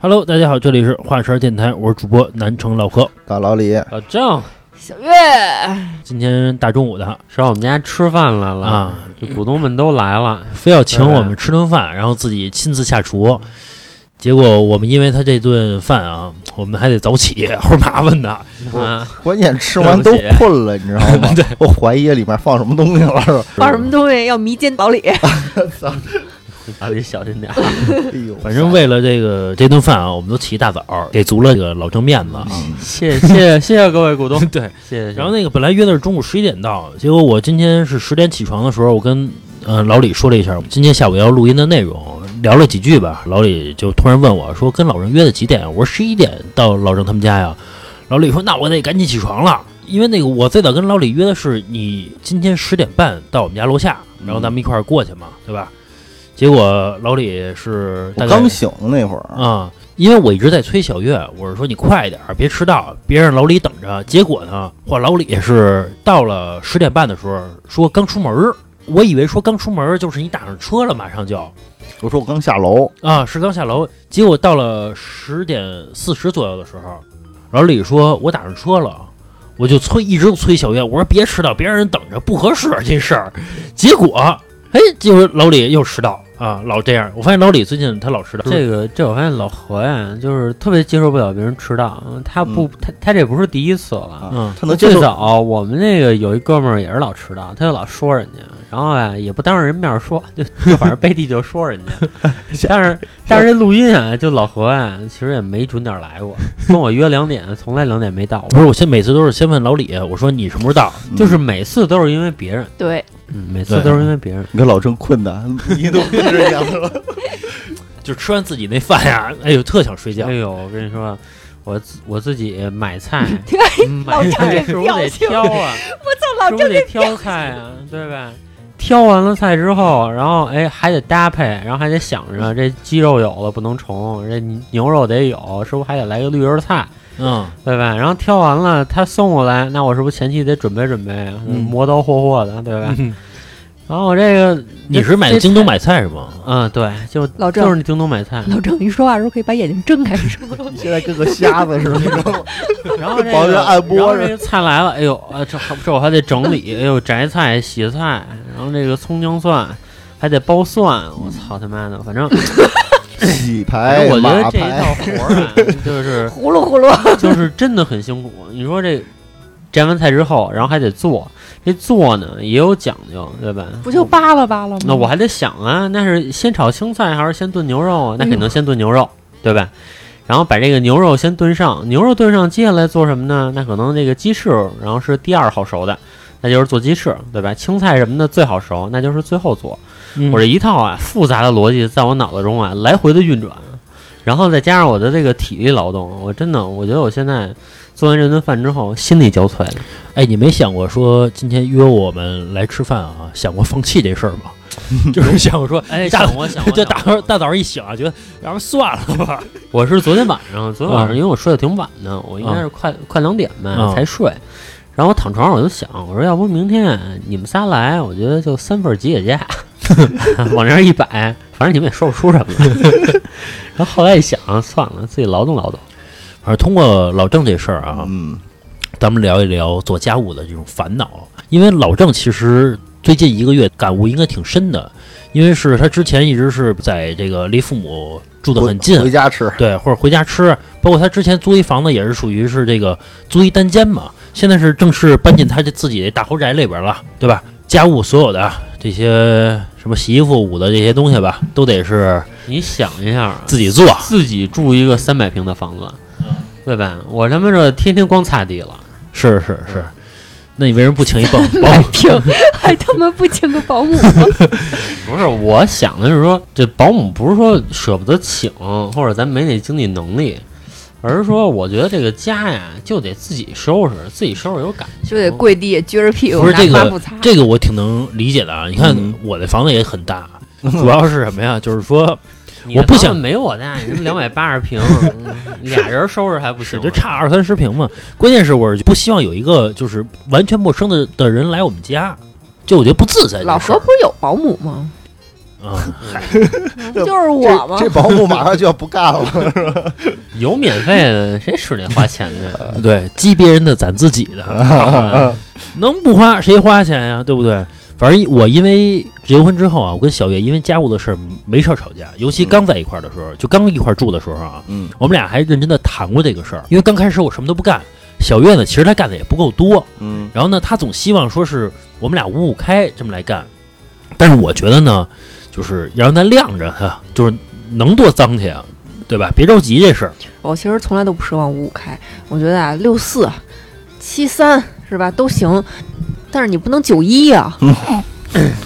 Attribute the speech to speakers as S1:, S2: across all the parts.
S1: Hello，大家好，这里是华山电台，我是主播南城老柯。
S2: 大老 李，
S3: 老郑
S4: 小月，
S1: 今天大中午的
S3: 上我们家吃饭来了，
S1: 啊，
S3: 就股东们都来了，
S1: 非要请我们吃顿饭，然后自己亲自下厨。结果我们因为他这顿饭啊，我们还得早起， 齁麻烦的。
S2: 不
S3: 啊，
S2: 关键吃完都
S3: 对不起
S2: 困了，你知道 吗？我怀疑里面放什么东西了，是吧
S4: 放什么？东西要迷奸老李？
S3: 老李小心点儿，
S2: 哎呦，
S1: 反正为了这个这顿饭啊，我们都起一大早，给足了这个老郑面子啊。
S3: 谢谢谢谢谢各位股东，
S1: 对，
S3: 谢谢。
S1: 然后那个本来约的是中午十一点到，结果我今天是十点起床的时候，我跟呃老李说了一下，我们今天下午要录音的内容，聊了几句吧。老李就突然问我说：“跟老郑约的几点？”我说：“十一点到老郑他们家呀。”老李说：“那我得赶紧起床了，因为那个我最早跟老李约的是你今天十点半到我们家楼下，然后咱们一块儿过去嘛，对吧？”结果老李是大
S2: 我
S1: 概
S2: 刚醒那会儿，
S1: 啊、因为我一直在催小月，我是说你快点儿，别迟到，别让老李等着。结果呢，嚯，老李是到了十点半的时候说刚出门儿，我以为说刚出门儿就是你打上车了，马上就
S2: 我说我刚下楼，
S1: 啊是刚下楼。结果到了十点四十左右的时候，老李说我打上车了。我就催，一直催小月，我说别迟到，别让人等着，不合适这事儿。结果，哎，就是老李又迟到啊，老这样。我发现老李最近他老迟到，
S3: 这个这我发现老何呀，就是特别接受不了别人迟到，嗯他不、他他这不是第一次了。
S2: 啊
S1: 嗯，
S2: 他能接
S3: 最
S2: 受，
S3: 早我们那个有一哥们儿也是老迟到，他就老说人家，然后呀、也不当着人面说，就就反正背地就说人家。但是但是这录音啊，就老何啊，其实也没准点儿来过，跟我约两点，从来两点没到过
S1: 不。是，我先每次都是先问老李，我说你什么时候到？
S2: 嗯
S3: 就是每次都是因为别人，
S4: 对，
S3: 嗯，每次都是因为别人。
S2: 你看老郑困的，你都跟这样了，
S1: 就吃完自己那饭呀， 哎呦，特想睡觉
S3: 哎。呦，我跟你说，我自我自己买 菜，
S4: 老
S3: 买
S4: 郑
S3: 菜
S4: 这
S3: 是不是
S4: 表
S3: 得
S4: 情
S3: 挑啊？
S4: 老
S3: 是不是得挑菜啊？对吧？挑完了菜之后，然后哎还得搭配，然后还得想着这鸡肉有了不能重，这牛肉得有，是不是还得来个绿叶菜，
S1: 嗯，
S3: 对吧？然后挑完了他送过来，那我是不是前期得准备准备啊？
S1: 嗯
S3: 磨刀霍霍的，对吧？然后我这个
S1: 你是买的京东，买菜是吗？
S3: 嗯，对，就
S4: 老郑
S3: 就是京东买菜，
S4: 老郑一说话的时候可以把眼睛睁开说，
S2: 你现在跟个瞎子似的，你知道 吗？
S3: 然 后这
S2: 帮
S3: 个
S2: 人按摩
S3: 然后
S2: 是吧
S3: 这个菜来了，哎呦，啊，这还这我还得整理，哎呦，摘菜、洗菜，然后这个葱姜蒜，还得剥蒜，我操他妈的，反 正
S2: 洗
S3: 反
S2: 牌
S3: 正我觉
S2: 哎马
S3: 得这一
S2: 牌，
S3: 套活儿啊，就是
S4: 呼噜呼 噜，
S3: 就是真的很辛苦。你说这摘完菜之后，然后还得做，这做呢也有讲究，对吧？
S4: 不就扒拉扒拉吗？
S3: 那我还得想啊，那是先炒青菜还是先炖牛肉啊？那肯定先炖牛肉，对吧？然后把这个牛肉先炖上，牛肉炖上，接下来做什么呢？那可能这个鸡翅，然后是第二好熟的，那就是做鸡翅，对吧？青菜什么的最好熟，那就是最后做。我这一套啊复杂的逻辑在我脑子中啊来回的运转，然后再加上我的这个体力劳动，我真的我觉得我现在做完这顿饭之后心力交瘁。
S1: 哎，你没想过说今天约我们来吃饭啊，想过放弃这事儿吗？ 就是想过说，
S3: 哎
S1: 想
S3: 我想
S1: 就 大早大早上一醒啊，觉得要不算了吧。
S3: 我是昨天晚上，昨天晚
S1: 嗯
S3: 上因为我睡得挺晚的，我应该是快、快两点吧
S1: 嗯
S3: 才睡。然后我躺床上我就想，我说要不明天你们仨来，我觉得就三份吉野家，往这儿一摆，反正你们也说不出什么来。然后后来一想，算了，自己劳动劳动。
S1: 反正通过老郑这事儿啊，
S2: 嗯，
S1: 咱们聊一聊做家务的这种烦恼，因为老郑其实最近一个月感悟应该挺深的，因为是他之前一直是在这个离父母住得
S2: 回
S1: 很近，啊
S2: 回家吃，
S1: 对，或者回家吃。包括他之前租一房子也是属于是这个租一单间嘛，现在是正式搬进他这自己的大豪宅里边了，对吧？家务所有的这些什么洗衣服、捂的这些东西吧，都得是
S3: 你想一下啊，
S1: 自己做。
S3: 自己住一个三百平的房子，对吧？我他妈这天天光擦地了，
S1: 是是是，那你为什么不请一 保保姆？
S4: 听还他妈不请个保姆吗？
S3: 不是，我想的是说，这保姆不是说舍不得请，或者咱没那经济能力，而是说，我觉得这个家呀，就得自己收拾，自己收拾有感觉。
S4: 就得跪地撅着屁股，
S1: 不是这个
S4: 拿抹布擦。
S1: 这个我挺能理解的啊。你看
S2: 嗯
S1: 我的房子也很 大，主要是什么呀？就是说
S3: 你的
S1: 我不
S3: 房子
S1: 想
S3: 没我大，你两百八十 平，嗯俩人收拾还不行
S1: 只就
S3: 吗？
S1: 差二三十平嘛。关键是我不希望有一个就是完全陌生的的人来我们家，就我觉得不自在这事儿。
S4: 老何不是有保姆吗？
S1: 啊，嗨，
S4: 不就是我吗？
S2: 这保姆马上就要不干了，
S3: 有免费的，谁使那花钱啊的？
S1: 对，激别人的攒自己的，能不花谁花钱呀？对不对？反正我因为结婚之后啊，我跟小月因为家务的事儿没事儿吵架，尤其刚在一块儿的时候，就刚一块儿住的时候啊，
S2: 嗯，
S1: 我们俩还认真的谈过这个事儿。因为刚开始我什么都不干，小月呢其实她干的也不够多，
S2: 嗯
S1: 然后呢她总希望说是我们俩五五开这么来干，但是我觉得呢，就是要让她晾着她，就是能多脏去啊，对吧？别着急这事儿，
S4: 我其实从来都不奢望五五开，我觉得啊，六四、七三是吧都行，但是你不能九一啊。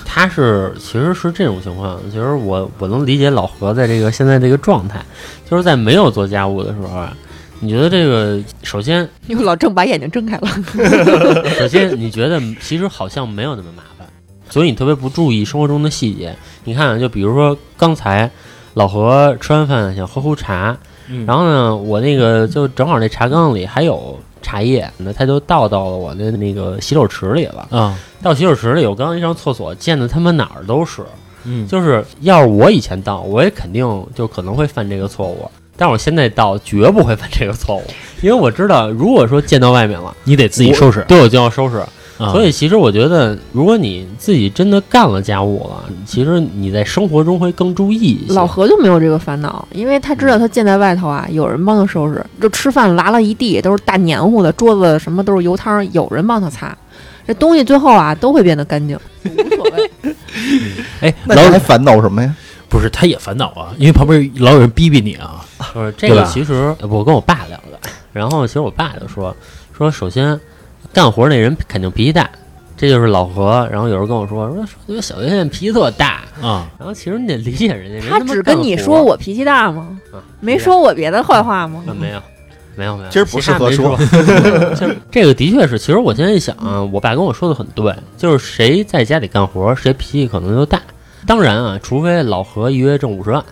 S3: 他是其实是这种情况，其实我我能理解老何在这个现在这个状态，就是在没有做家务的时候啊，你觉得这个首先
S4: 因为老郑把眼睛睁开了，
S3: 首先你觉得其实好像没有那么麻烦，所以你特别不注意生活中的细节。你看啊，就比如说刚才老何吃完饭想喝壶茶，
S1: 嗯
S3: 然后呢，我那个就正好那茶缸里还有茶叶，那他就倒到了我的那个洗手池里了。
S1: 啊，
S3: 到洗手池里，我刚一上厕所，溅的他妈哪儿都是。
S1: 嗯，
S3: 就是要是我以前倒，我也肯定就可能会犯这个错误，但我现在倒绝不会犯这个错误，因为我知道，如果说溅到外面了，
S1: 你得自己收拾，
S3: 对我就要收拾。
S1: 啊
S3: 所以其实我觉得，如果你自己真的干了家务了，其实你在生活中会更注意一些。嗯
S4: 老何就没有这个烦恼，因为他知道他建在外头啊，有人帮他收拾，就吃饭拉了一地都是大黏糊的，桌子什么都是油汤，有人帮他擦，这东西最后啊都会变得干净，无所谓。
S1: 哎，
S2: 嗯那你
S1: 老
S2: 还烦恼什么呀？
S1: 不是他也烦恼啊，因为旁边老有人逼逼你啊，
S3: 不是这
S1: 对
S3: 个，
S1: 吧
S3: 其实我跟我爸聊的，然后其实我爸就说说，首先干活那人肯定脾气大，这就是老何。然后有人跟我说说说，小学现在脾气特大。
S1: 啊，
S3: 然后其实你得理解人家，人
S4: 他
S3: 妈
S4: 只
S3: 干
S4: 跟你
S3: 活
S4: 说我脾气大吗？
S3: 啊
S4: 没说我别的坏话吗？
S3: 啊，没有，没有，没有，
S2: 今儿不
S3: 其
S2: 适
S3: 他
S2: 合
S3: 没
S2: 说
S3: 说。其实这个的确是，其实我现在一想啊，我爸跟我说的很对，就是谁在家里干活，谁脾气可能就大。当然啊，除非老何一月挣五十万，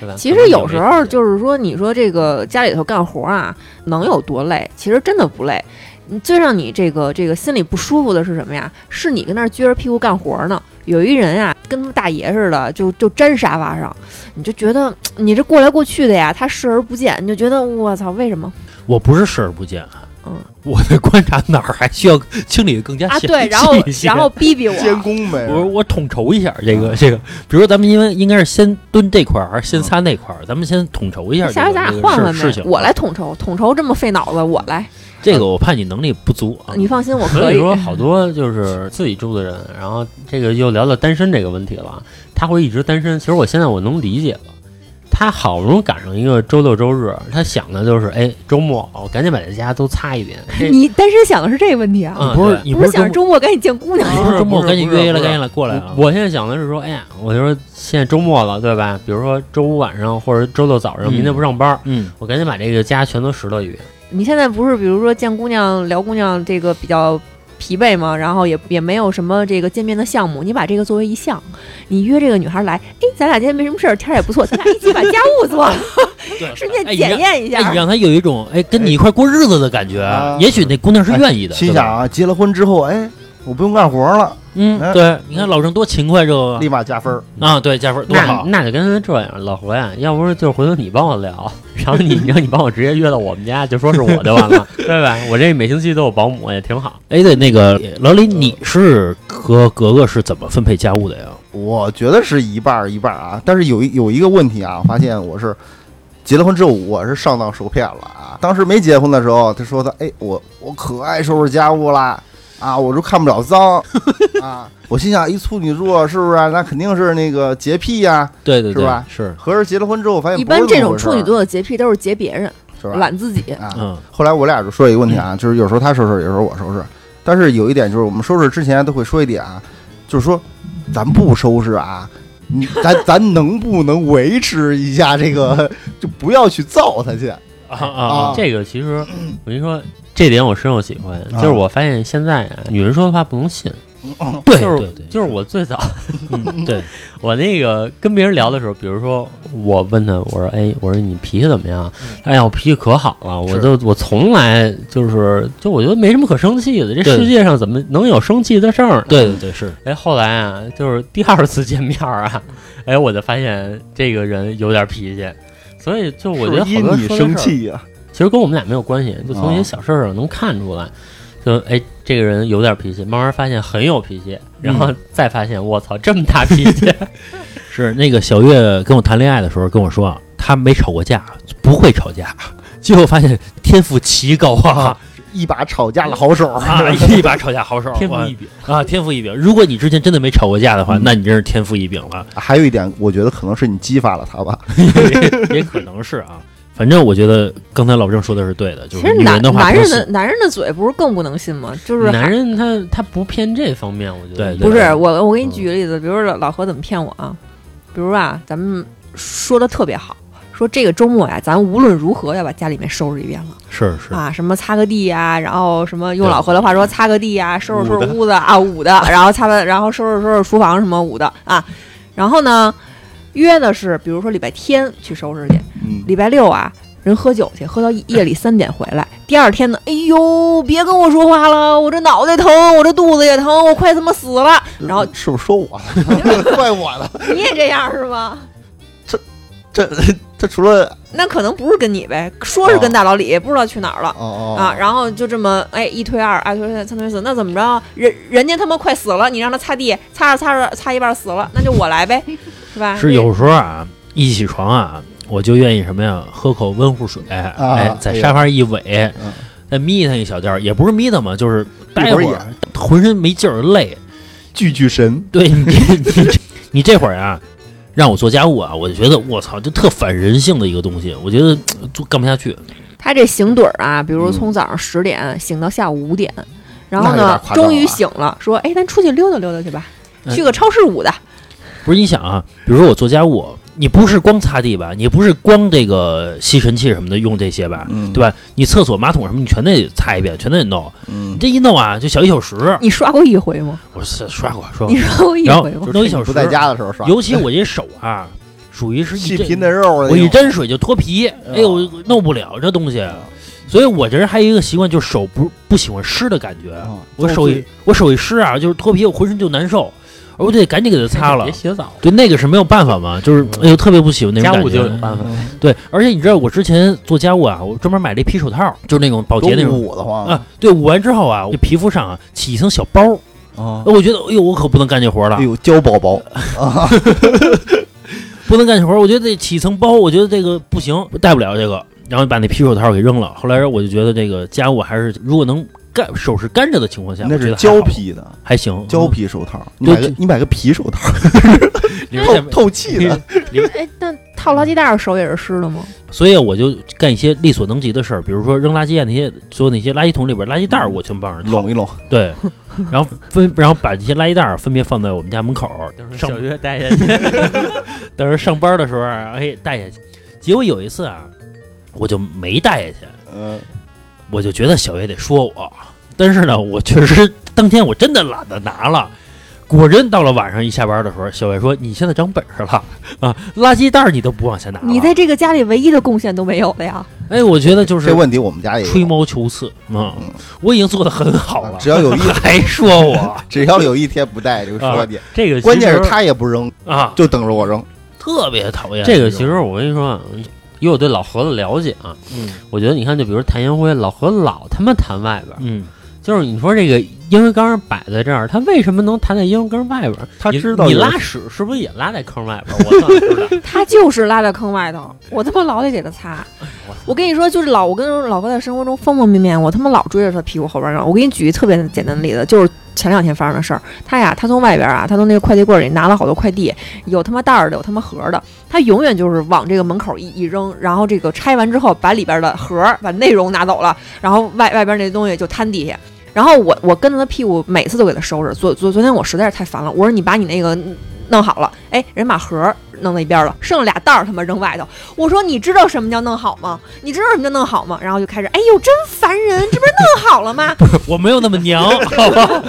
S3: 对吧？
S4: 其
S3: 可能
S4: 实
S3: 就
S4: 有
S3: 没
S4: 时候
S3: 脾气
S4: 就是说，你说这个家里头干活啊，能有多累？其实真的不累。你最让你这个这个心里不舒服的是什么呀？是你跟那儿撅着屁股干活呢，有一人啊，跟他们大爷似的，就就粘沙发上，你就觉得你这过来过去的呀，他视而不见，你就觉得我操，为什么
S1: 我不是视而不见，啊
S4: 嗯，
S1: 我在观察哪儿还需要清理的更加
S4: 啊？
S1: 细
S4: 对，然后
S1: 细一些
S4: 然后嗯逼逼我，
S2: 监工呗，
S1: 我我统筹一下这个这个，比如说咱们因为应该是先蹲这块儿还是先擦那块儿，咱们先统筹一下这
S4: 嗯下
S1: 个
S4: 回
S1: 这
S4: 咱俩
S1: 个
S4: 换
S1: 事
S4: 换
S1: 事
S4: 呗
S1: 情，，啊
S4: 我来。统筹，统筹这么费脑子，我来，
S1: 这个我怕你能力不足啊，
S4: 你放心，我
S3: 所
S4: 可
S3: 以说，好多就是自己住的人，然后这个又聊到单身这个问题了啊。他会一直单身，其实我现在我能理解了。他好不容易赶上一个周六周日，他想的就是，哎，周末我赶紧把这家都擦一 遍。这
S4: 你单身想的是这个问题啊？
S3: 嗯
S1: 你不是
S3: 对
S1: 你
S4: 不是
S1: 周
S4: 想着周末赶紧见姑娘
S1: 你
S4: 吗？
S1: 不是周末
S3: 不是
S1: 赶紧
S3: 不是
S1: 约了
S3: 不是
S1: 赶紧来过来啊，
S3: 我我现在想的是说，哎呀，我就说现在周末了，对吧？比如说周五晚上或者周六早上，
S1: 嗯
S3: 明天不上班，
S1: 嗯
S3: 我赶紧把这个家全都拾掇一遍。
S4: 你现在不是比如说见姑娘、聊姑娘这个比较疲惫吗？然后也也没有什么这个见面的项目，你把这个作为一项，你约这个女孩来，哎，咱俩今天没什么事儿，天儿也不错，咱俩一起把家务做了，
S1: 对，
S4: 顺便
S1: 哎你
S4: 检
S1: 让
S4: 验一
S1: 哎
S4: 下
S1: 你。让他有一种哎跟你一块儿过日子的感觉
S2: 啊，
S1: 也许那姑娘是愿意的，
S2: 心
S1: 对吧
S2: 想啊，结了婚之后，哎，我不用干活了，
S3: 啊
S1: 嗯，
S2: 哎
S1: 对，你看老郑多勤快这个
S2: 立马加分儿。
S1: 啊，对，加分多
S3: 嗯那
S1: 好。
S3: 那就跟这样，老何呀，要不是就是回头你帮我聊，然后你让你帮我直接约到我们家，就说是我就完 了，对吧？我这每星期都有保姆，也挺好。
S1: 哎，对，那个老李，你是和格格是怎么分配家务的呀？
S2: 我觉得是一半儿一半儿啊，但是有一有一个问题啊，我发现我是结了婚之后我是上当受骗了啊。当时没结婚的时候，他说他哎我我可爱收拾家务啦啊，我就看不了脏 啊。我心想一处女座是不是啊、那肯定是那个洁癖呀、
S1: 对对
S2: 是吧？
S1: 是，
S2: 合着结了婚之后，我发现
S4: 一
S2: 不是
S4: 般这
S2: 么
S4: 种
S2: 回事
S4: 处
S2: 儿
S4: 女座的洁癖都是洁别人，
S2: 是吧？
S4: 懒自己。
S2: 啊，
S1: 嗯
S2: 后来我俩就说一个问题啊，就是有时候他收拾，有时候我收拾。但是有一点就是，我们收拾之前都会说一点啊，就是说，咱不收拾啊，你咱 咱能不能维持一下这个， 就不要去造他去。
S1: 啊啊
S2: 啊
S3: 这个其
S1: 嗯
S3: 啊实我跟你说，这点我深有体会，就是我发现现在啊，女人说的话不能信，
S1: 对
S3: 就是
S1: 对对，
S3: 就是我最早
S1: 嗯对，
S3: 我那个跟别人聊的时候，比如说我问他，我说：“哎，我说你脾气怎么样？”
S2: 嗯
S3: 哎呀，我脾气可好了，我
S1: 是
S3: 就我从来就是就我觉得没什么可生气的，这
S1: 对
S3: 世界上怎么能有生气的事儿呢？
S1: 对对对是，
S3: 哎，后来啊，就是第二次见面儿啊，
S2: 嗯
S3: 哎，我就发现这个人有点脾气，所以就我觉得
S2: 是
S3: 好
S2: 因
S3: 多
S2: 你
S3: 说的
S2: 生
S3: 事儿
S2: 气啊呀，
S3: 其实跟我们俩没有关系，就从一些小事儿上能看出来，就哎这个人有点脾气，慢慢发现很有脾气，然
S2: 嗯
S3: 后再发现我操这么大脾气，
S1: 是那个小月跟我谈恋爱的时候跟我说，她没吵过架，不会吵架，结果发现天赋奇高啊，
S2: 一把吵架的好手儿。
S1: 啊 一把吵架好手，
S3: 天赋
S1: 哇
S3: 异禀。
S1: 啊，天赋异禀。如果你之前真的没吵过架的话，那你真是天赋异禀了，
S2: 还有一点，我觉得可能是你激发了他吧。
S1: 也可能是啊。反正我觉得刚才老郑说的是对的，就
S4: 其
S1: 是
S4: 实
S1: 女
S4: 男
S1: 人的话
S4: 男
S1: 不
S4: 人
S1: 是
S4: 的男人的嘴不是更不能信吗？就是
S3: 男人他他不偏这方面，我觉得
S1: 对
S4: 不是
S1: 对
S4: 我，我给你
S1: 嗯
S4: 举个例子，比如说老老何怎么骗我啊？比如啊，咱们说的特别好，说这个周末呀、咱无论如何要把家里面收拾一遍了
S1: 是是
S4: 啊，什么擦个地呀、然后什么用
S1: 对
S4: 老何的话说擦个地呀、收拾
S2: 捂
S4: 收拾
S2: 的
S4: 屋子啊，捂的，然后擦完，然后收拾收拾厨房什么捂的啊，然后呢，约的是比如说礼拜天去收拾去，
S2: 嗯，
S4: 礼拜六啊，人喝酒去，喝到夜里三点回来。第二天呢，哎呦，别跟我说话了，我这脑袋疼，我这肚子也疼，我快他妈死了。然后
S2: 是不是说我了？怪我了。
S4: 你也这样是吗？
S2: 这这除了
S4: 那可能不是跟你呗，说是跟大老李，不知道去哪儿了。
S2: 哦哦
S4: 啊，然后就这么，哎，一推二，二推三，三推四，那怎么着？人人家他妈快死了，你让他擦地，擦着擦着擦一半死了，那就我来呗，是吧？
S1: 是有时候啊，一起床啊，我就愿意什么呀，喝口温乎水，哎，在沙发一围
S2: 啊嗯，
S1: 再眯他一小觉儿，也不是眯他嘛，就是待
S2: 一
S1: 会
S2: 会儿啊
S1: 儿浑身没劲儿，累。
S2: 聚聚神，
S1: 对你，你你这会儿啊，让我做家务啊，我就觉得我操，这特反人性的一个东西，我觉得呃做干不下去。
S4: 他这醒盹儿啊，比如
S2: 嗯
S4: 从早上十点醒到下午五点，然后
S2: 那有点
S4: 呢
S2: 夸，张
S4: 终于
S2: 了
S4: 醒了，说：“哎，咱出去溜达溜达去吧，
S1: 嗯
S4: 去个超市捂的。
S1: 不是你想啊，比如说我做家务，你不是光擦地吧，你不是光这个吸尘器什么的用这些吧，
S2: 嗯
S1: 对吧？你厕所马桶什么你全得擦一遍，全得弄。你
S2: 嗯，
S1: 这一弄啊，就小一小时。
S4: 你刷过一回吗？
S1: 我是刷过刷过
S4: 你，刷过一
S1: 然后
S4: 回吗？
S1: 弄一小时
S2: 不在家的时候刷，
S1: 尤其我这手啊，属于是
S2: 细
S1: 一
S2: 皮
S1: 针，
S2: 嫩肉的那种，哎
S1: 我一沾水就脱皮，哎呦，弄不了这东西。所以我这人还有一个习惯，就是手不不喜欢湿的感觉。
S2: 啊，
S1: 我手一我手一湿啊，就是脱皮，我浑身就难受，我就得赶紧给它擦了
S3: 别。洗澡，
S1: 对，那个是没有办法嘛，就是哎呦，特别不喜欢那种
S3: 家
S1: 感
S3: 务就有
S1: 觉。
S3: 办法。
S2: 嗯
S1: 对，而且你知道我之前做家务啊，我专门买了一批手套，就是那种保洁那
S2: 都
S1: 种
S2: 捂得慌
S1: 啊。对，捂完之后啊，我皮肤上啊起一层小包，
S2: 啊
S1: 哎，我觉得哎呦，我可不能干这活了
S2: 哎。呦，胶宝宝，
S1: 不能干这活儿，我觉得得起一层包，我觉得这个不行，带不了这个，然后把那皮手套给扔了。后来我就觉得这个家务还是如果能干手是干着的情况下，
S2: 那
S1: 我觉
S2: 是
S1: 得还
S2: 胶
S1: 好
S2: 皮的，
S1: 还行，
S2: 胶
S1: 嗯
S2: 皮手套，你买个
S1: 对
S2: 你买个皮手套，
S1: 里面
S2: 透
S1: 也没
S2: 透气的，
S4: 哎，那套垃圾袋儿手也是湿的吗？
S1: 所以我就干一些力所能及的事儿，比如说扔垃圾啊那些，所有那些垃圾桶里边垃圾袋儿我全帮着掏，
S2: 拢一拢，
S1: 对，然后分然后把这些垃圾袋儿分别放在我们家门口儿，
S3: 就是
S1: 上
S3: 小月带下去，
S1: 到时候上班的时候啊哎带下去。结果有一次啊，我就没带下去，
S2: 嗯，
S1: 我就觉得小月得说我，但是呢，我确实当天我真的懒得拿了。果真到了晚上一下班的时候，小月说：“你现在长本事了啊，垃圾袋儿你都不往下拿了。”
S4: 你在这个家里唯一的贡献都没有了呀！
S1: 哎，我觉得就是
S2: 这问题我们家也有啊
S1: 吹毛求疵啊、我已经做得很好了，
S2: 只要有一
S1: 还说我
S2: 只要有一天不带就说你，
S3: 这个其
S2: 关键是
S3: 实
S2: 他也不扔，
S1: 啊，
S2: 就等着我扔，
S1: 特别讨厌
S3: 这个
S1: 种
S3: 其实我跟你说啊，以我对老何的了解啊，
S1: 嗯
S3: 我觉得你看，就比如谭延辉，老何老他妈弹外边儿，
S1: 嗯，
S3: 就是你说这个烟灰缸摆在这儿，他为什么能弹在烟灰缸外边儿？
S2: 他
S3: 你
S2: 知道
S3: 你
S2: 有
S3: 拉屎是不是也拉在坑外边儿？我 算知道，
S4: 他就是拉在坑外头，我他妈老得给他擦。我跟你说，就是老我跟老哥在生活中方方面面，我他妈老追着他屁股后边儿让。我给你举一特别简单的例子，就是前两天发生的事儿。他呀，他从外边啊，他从那个快递柜里拿了好多快递，有他妈袋儿的，有他妈盒儿的，他永远就是往这个门口一一扔，然后这个拆完之后，把里边的盒儿把内容拿走了，然后外外边那东西就摊地下。然后我我跟着他屁股，每次都给他收拾。昨昨昨天我实在是太烦了，我说你把你那个弄好了，哎，人把盒儿弄到一边儿了，剩俩袋儿他妈扔外头。我说你知道什么叫弄好吗？你知道什么叫弄好吗？然后就开始，哎呦，真烦人，这不是弄好了吗？
S1: 我没有那么娘，好吧，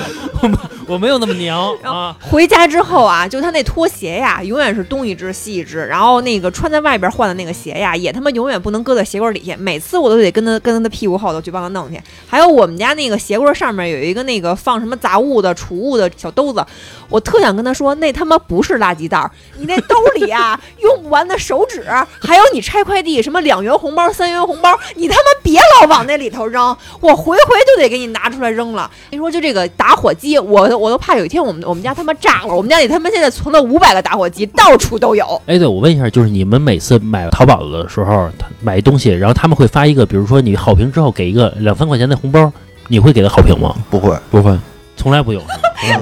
S1: 我没我没有那么娘啊。
S4: 回家之后啊，就他那拖鞋呀，永远是东一只西一只，然后那个穿在外边换的那个鞋呀，也他妈永远不能搁在鞋柜底下。每次我都得跟他跟他屁股后头去帮他弄去。还有我们家那个鞋柜上面有一个那个放什么杂物的、储物的小兜子，我特想跟他说，那他妈不是垃圾袋儿，你那兜里啊用不完的手纸，还有你拆快递什么两元红包、三元红包，你他妈别老往那里头扔，我回回就得给你拿出来扔了。你说就这个打火机，我我都怕有一天我们我们家他妈炸了，我们家里他妈现在存了五百个打火机，到处都有。
S1: 哎，对，我问一下，就是你们每次买淘宝的时候，他买东西，然后他们会发一个，比如说你好评之后给一个两三块钱的红包，你会给他好评吗？
S2: 不会，
S1: 不会，从来不有。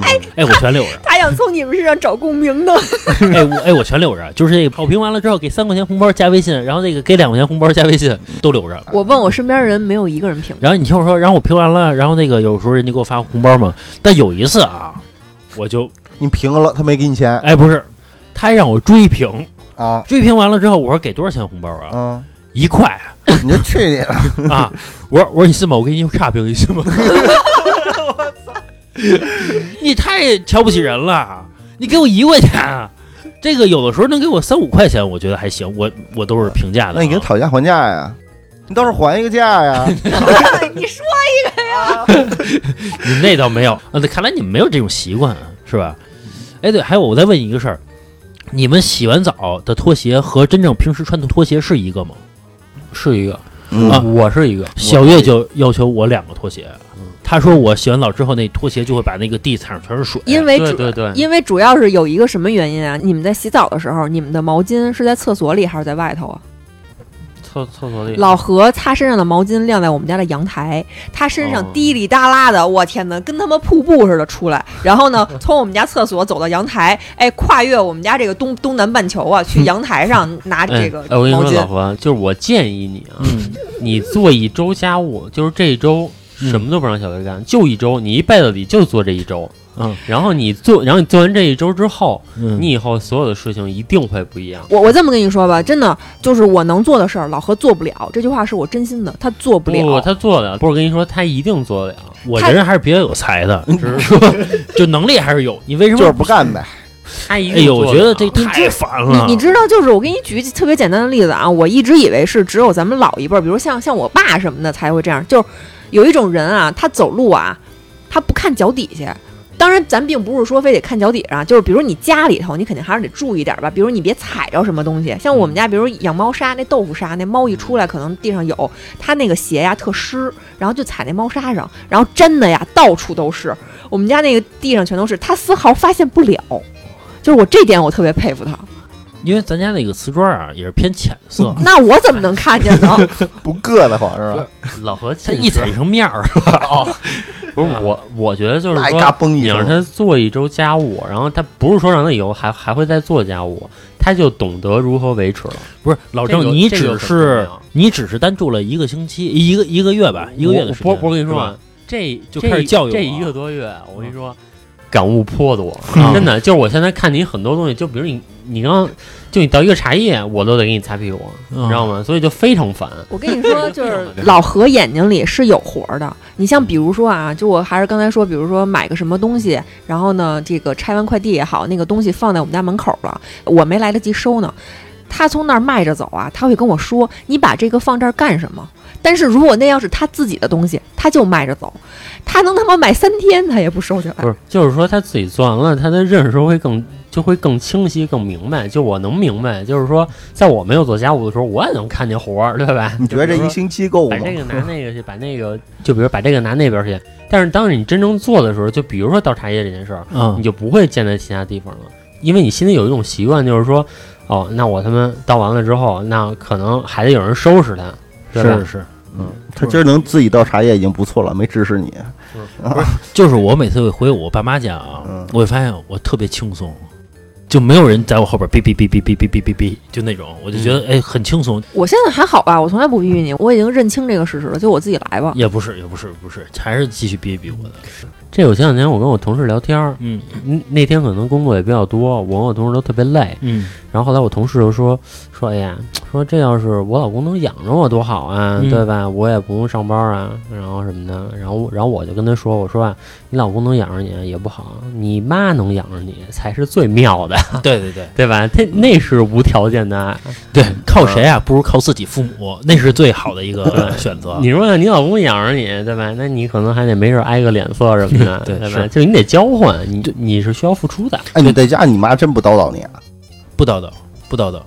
S1: 哎，哎，我全留着。
S4: 他想从你们身上找共鸣呢。
S1: 哎，我哎，我全留着。就是这个好评完了之后，给三块钱红包加微信，然后那个给两块钱红包加微信都留着。
S4: 我问我身边人，没有一个人评。
S1: 然后你听我说，然后我评完了，然后那个有时候人家给我发红包嘛。但有一次啊，我就
S2: 你评了他没给你钱
S1: 哎不是，他让我追评，
S2: 啊，
S1: 追评完了之后，我说给多少钱红包啊？
S2: 嗯，
S1: 一块
S2: 你就去你的，
S1: 啊！我说我说你信吗？我给你差评，你信吗？ 你太瞧不起人了！你给我一块钱，啊这个有的时候能给我三五块钱，我觉得还行，我我都是评价的啊。
S2: 那你给他讨价还价呀，你倒是还一个价呀，
S4: 哎你说
S1: 你 那倒没有啊，那看来你们没有这种习惯，啊是吧？哎，对，还有我再问你一个事儿，你们洗完澡的拖鞋和真正平时穿的拖鞋是一个吗？
S3: 是一个
S2: 嗯
S1: 啊
S3: 我嗯是一个，
S1: 小月就要求我两个拖鞋，她说我洗完澡之后那拖鞋就会把那个地毯上全是水，
S4: 因为
S3: 对
S4: 主
S3: 对对，
S4: 因为主要是有一个什么原因啊？你们在洗澡的时候，你们的毛巾是在厕所里还是在外头啊？
S3: 厕厕所里
S4: 老何擦身上的毛巾晾在我们家的阳台，他身
S3: 哦
S4: 上滴里哒啦的，我天哪，跟他妈瀑布似的出来。然 后呢，从我们家厕所走到阳台，哎，跨越我们家这个东东南半球啊，去阳台上拿这
S3: 嗯
S4: 个
S3: 哎哎，我跟你
S4: 毛
S3: 说，
S4: 巾
S3: 老。何，就是我建议你啊，
S1: 嗯，
S3: 你做一周家务，就是这一周
S1: 嗯
S3: 什么都不让小薇干，就一周，你一辈子里就做这一周。
S1: 嗯，
S3: 然后你做，然后你做完这一周之后，
S1: 嗯
S3: 你以后所有的事情一定会不一样。
S4: 我我这么跟你说吧，真的就是我能做的事儿，老何做不了。这句话是我真心的，他做不
S3: 不
S4: 了。
S3: 不，他做得了，不是我跟你说，他一定做得了。
S1: 我这人还是比较有才的，只是
S3: 嗯
S1: 说 就能力还是有，你为什么
S2: 就是不？干呗，
S3: 他一
S1: 哎
S3: 定
S1: 呦，
S3: 做
S1: 我
S3: 得了。
S1: 觉得这
S4: 你
S1: 太
S4: 这
S1: 烦
S4: 你
S1: 了，
S4: 你知道，就是我给你举一特别简单的例子啊，我一直以为是只有咱们老一辈儿，比如像像我爸什么的才会这样，就是有一种人啊，他走路啊，他不看脚底下。当然，咱并不是说非得看脚底上啊，就是比如你家里头，你肯定还是得注意点儿吧。比如你别踩着什么东西，像我们家，比如养猫砂，那豆腐砂，那猫一出来可能地上有，它那个鞋呀特湿，然后就踩那猫砂上，然后真的呀到处都是，我们家那个地上全都是，它丝毫发现不了。就是我这点我特别佩服他。，
S1: 因为咱家那个瓷砖啊也是偏浅色
S3: 嗯
S4: 那我怎么能看见呢？
S2: 不硌得慌是吧？
S3: 老何
S1: 它
S3: 近
S1: 一
S3: 视
S1: 踩成面儿，
S3: 不是我，我觉得就是
S2: 那一
S3: 说，
S2: 哎嘎嘣一
S3: 你让
S2: 声，
S3: 他做一周家务，然后他不是说让他以后还还会再做家务，他就懂得如何维持了。
S1: 不是老
S3: 哦这
S1: 郑，
S3: 个
S1: 你
S3: 这个
S1: 只
S3: 很重
S1: 是
S3: 要
S1: 啊你只是单住了一个星期，一个一个月吧，一个月的时间。
S3: 我我我跟你说
S1: 是
S3: 啊
S1: 吧，，
S3: 这
S1: 就开始
S3: 这
S1: 教育
S3: 这
S1: 我
S3: 一
S1: 啊
S3: 个多月，我跟你说， 感悟颇多，
S1: 嗯
S3: 真的。就是我现在看你很多东西，就比如你你刚就你倒一个茶叶，我都得给你擦屁股，你
S1: 嗯
S3: 知道吗？所以就非常烦。
S4: 我跟你说，就是老何眼睛里是有活儿的。你像比如说啊，就我还是刚才说，比如说买个什么东西，然后呢，这个拆完快递也好，那个东西放在我们家门口了，我没来得及收呢。他从那儿迈着走啊，他会跟我说：“你把这个放这儿干什么？”但是如果那要是他自己的东西，他就迈着走，他能他妈买三天，他也不收起来
S3: 不。是，就是说他自己做完了，他的认识会更就会更清晰、更明白。就我能明白，就是说，在我没有做家务的时候，我也能看见活儿，对吧？
S2: 你觉得这
S3: 就比
S2: 一
S3: 如说
S2: 星期够
S3: 把
S1: 哎
S2: 吗？
S3: 这个拿那个去，把那个就比如把这个拿那边儿去。但是当你真正做的时候，就比如说倒茶叶这件事儿，
S1: 嗯
S3: 你，就不会见在其他地方了，因为你心里有一种习惯，就是说，哦，那我他妈倒完了之后，那可能还得有人收拾它，对吧
S1: 是？是，
S2: 他今儿能自己倒茶叶已经不错了，没指使你。
S1: 就是我每次回我爸妈家啊
S2: 嗯，
S1: 我会发现我特别轻松，就没有人在我后边哔哔哔哔哔哔哔哔哔，就那种，我就觉
S3: 嗯
S1: 得哎很轻松，
S4: 我现在还好吧，我从来不逼逼你，我已经认清这个事实了，就我自己来吧。
S1: 也不是也不是不是，还是继续哔哔我的，
S3: 这我前两天我跟我同事聊天儿，
S1: 嗯
S3: 嗯那天可能工作也比较多，我跟我同事都特别累。
S1: 嗯
S3: 然后后来我同事就说说，哎呀，说这要是我老公能养着我多好啊，
S1: 嗯
S3: 对吧？我也不用上班啊，然后什么的。然后我然后我就跟他说，我说啊，你老公能养着你啊也不好，你妈能养着你才是最妙的，
S1: 对对对
S3: 对吧？他那是无条件的啊爱。
S1: 对，靠谁啊？不如靠自己父母，那是最好的一
S3: 嗯
S1: 个 选择。
S3: 你说你老公养着你，对吧？那你可能还得没事挨个脸色什么的，
S1: 对
S3: 吧？
S1: 是
S3: 就是你得交换，你你是需要付出的。
S2: 哎，你在家你妈真不叨叨你啊？
S1: 不叨叨，不叨叨，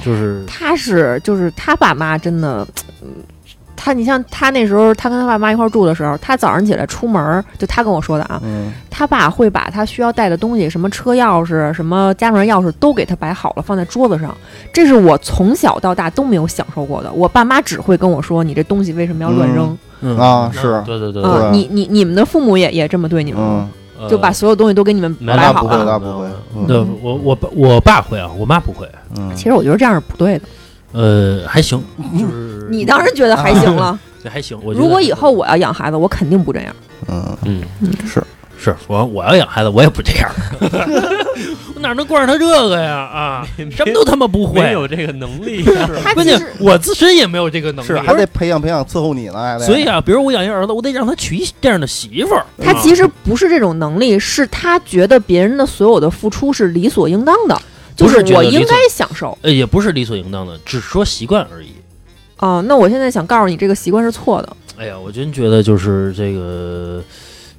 S1: 就是
S4: 他是就是他爸妈真的，嗯他你像他那时候他跟他爸妈一块儿住的时候，他早上起来出门儿，就他跟我说的啊，
S2: 嗯，
S4: 他爸会把他需要带的东西，什么车钥匙、什么家门钥匙都给他摆好了，放在桌子上。这是我从小到大都没有享受过的。我爸妈只会跟我说：“你这东西为什么要乱扔
S1: 嗯
S2: 啊是
S3: 对对对？”
S2: 对
S4: 啊，你你你们的父母也也这么对你们吗？
S2: 嗯，
S3: 对，
S4: 就把所有东西都给你们
S3: 没有
S4: 摆
S2: 那
S4: 好
S2: 不会，
S4: 了。
S2: 那不会，嗯
S1: 呃啊对，我我爸我爸会啊，我妈不会。
S2: 嗯，
S4: 其实我觉得这样是不对的。
S1: 呃，还行，就是
S4: 你当然觉得还行了。
S1: 对还 行。我觉得
S4: 如果以后我要养孩子，我肯定不这样。
S2: 嗯，
S3: 嗯，
S1: 是我我要养孩子，我也不这样， 我哪能惯着他这个呀啊？什么都他妈不
S3: 没
S1: 会，
S3: 有这个能力。
S4: 他
S1: 关
S4: 其
S1: 键
S4: 实
S1: 我自身也没有这个能力。
S2: 是还得培养培养伺候你呢，还得
S1: 所以啊，比如我养一儿子，我得让他娶一这样的媳妇儿。啊
S4: 他其实不是这种能力，是他觉得别人的所有的付出是理所应当的，就
S1: 不是觉
S4: 我
S1: 得理
S4: 应
S1: 所
S4: 该享受。
S1: 呃也不是理所应当的，只是说习惯而已。
S4: 哦、那我现在想告诉你，这个习惯是错的。
S1: 哎呀，我真觉得就是这个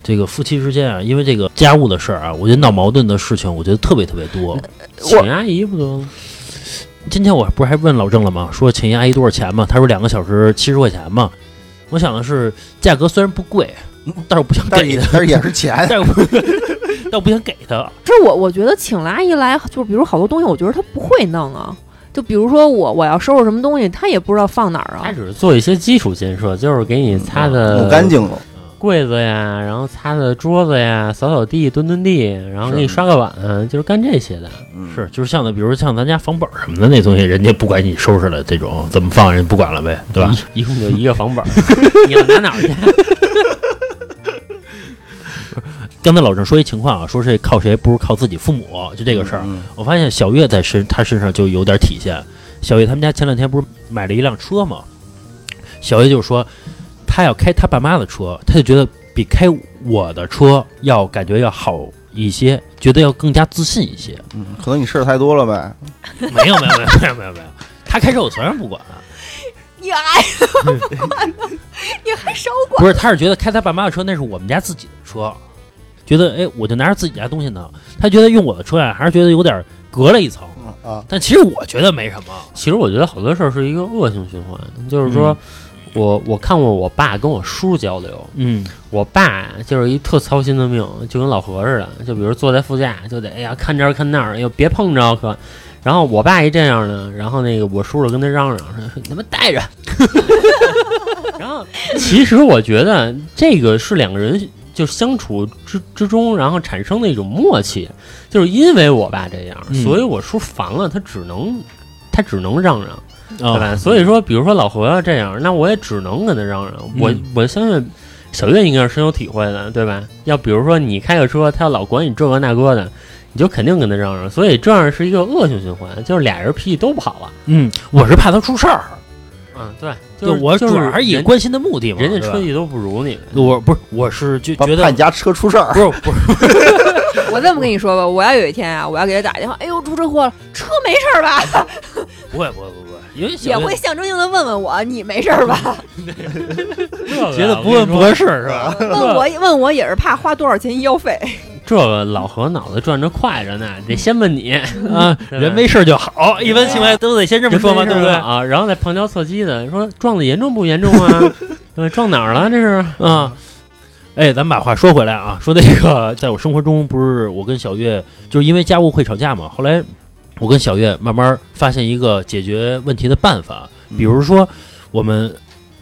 S1: 这个夫妻之间啊，因为这个家务的事儿啊，我觉得闹矛盾的事情，我觉得特别特别多。
S3: 请阿姨不都？
S1: 今天我不是还问老郑了吗？说请一阿姨多少钱嘛？他说两个小时七十块钱嘛。我想的是价格虽然不贵，但是我不想
S2: 但是
S1: 给
S2: 也
S1: 他，
S2: 但是也是钱，
S1: 但是我但我不想给他。
S4: 这我我觉得请了阿姨来，就是比如好多东西，我觉得她不会弄啊。就比如说我我要收拾什么东西，她也不知道放哪儿啊
S3: 他。只是做一些基础建设，就是给你擦
S1: 呃
S3: 的
S2: 弄干净了，
S3: 柜子呀，然后擦擦桌子呀，扫扫地、蹲蹲地，然后给你刷个碗，就是干这些的。
S2: 嗯
S1: 是，就是像的，比如像咱家房本儿什么的那东西，人家不管你收拾了，这种怎么放人不管了呗，对
S2: 嗯
S1: 吧？
S3: 一一共就一个房本儿， 你要拿哪儿去？
S1: 刚才老郑说一情况啊，说是靠谁不如靠自己父母，就这个事儿。
S2: 嗯
S1: 我发现小月在身她身上就有点体现。小月他们家前两天不是买了一辆车吗？小月就说她要开她爸妈的车，她就觉得比开我的车要感觉要好一些，觉得要更加自信一些。
S2: 嗯，可能你事儿太多了呗，
S1: 没有没有没有没有没有没有，她开车我从来不管，
S4: 你还你还收
S1: 不是，她是觉得开她爸妈的车那是我们家自己的车，觉得哎我就拿着自己家东西呢，她觉得用我的车呀、还是觉得有点隔了一层。
S2: 啊，
S1: 但其实我觉得没什么，
S3: 其实我觉得好多事儿是一个恶性循环，就是说。
S1: 嗯
S3: 我我看过我爸跟我叔交流，
S1: 嗯
S3: 我爸就是一特操心的命，就跟老何似的，就比如坐在副驾就得哎呀看这儿看那儿，哎呦别碰着可。然后我爸一这样呢，然后那个我叔叔跟他嚷嚷说：“说你他妈带着。” 然后其实我觉得这个是两个人就相处之之中，然后产生的一种默契，就是因为我爸这样，
S1: 嗯
S3: 所以我叔烦了，他只能他只能嚷嚷。
S1: 啊
S3: 对吧？所以说，比如说老何啊要这样，那我也只能跟他嚷嚷。我
S1: 嗯
S3: 我相信小月应该是深有体会的，对吧？要比如说你开个车，他要老管你这个那个的，你就肯定跟他嚷嚷。所以这样是一个恶性循环，就是俩人脾气都不好了。
S1: 嗯，我是怕他出事儿，
S3: 嗯，对，
S1: 就
S3: 就是
S1: 我
S3: 就
S1: 主
S3: 是
S1: 要还是以
S3: 人
S1: 关心的目的嘛。
S3: 人家
S1: 对吧
S3: 车技都不如你，
S1: 我不是，我是就
S2: 怕
S1: 觉
S2: 怕
S1: 得
S2: 你家车出事儿，
S1: 不是不是，
S4: 获。我这么跟你说吧，我要有一天啊，我要给他打电话，哎呦出车祸了，车没事儿吧？
S1: 不会不会不会，因为
S4: 也
S1: 小
S4: 会象征性的问问我，你没事儿 吧？
S1: 觉
S3: 觉
S1: 得不问不合适是 吧？
S4: 问我问我也是怕花多少钱医药费。
S3: 这个老何脑子转着快着呢，得先问你，
S1: 啊，人没事就好，一般情况下都得先这么说嘛，对不对？
S3: 啊，然后再旁敲侧击的说撞的严重不严重 啊？对，撞哪儿了？这是
S1: 啊，哎，咱们把话说回来啊，说那个，在我生活中不是我跟小月就是因为家务会吵架嘛，后来我跟小月慢慢发现一个解决问题的办法，比
S2: 嗯
S1: 如说我们。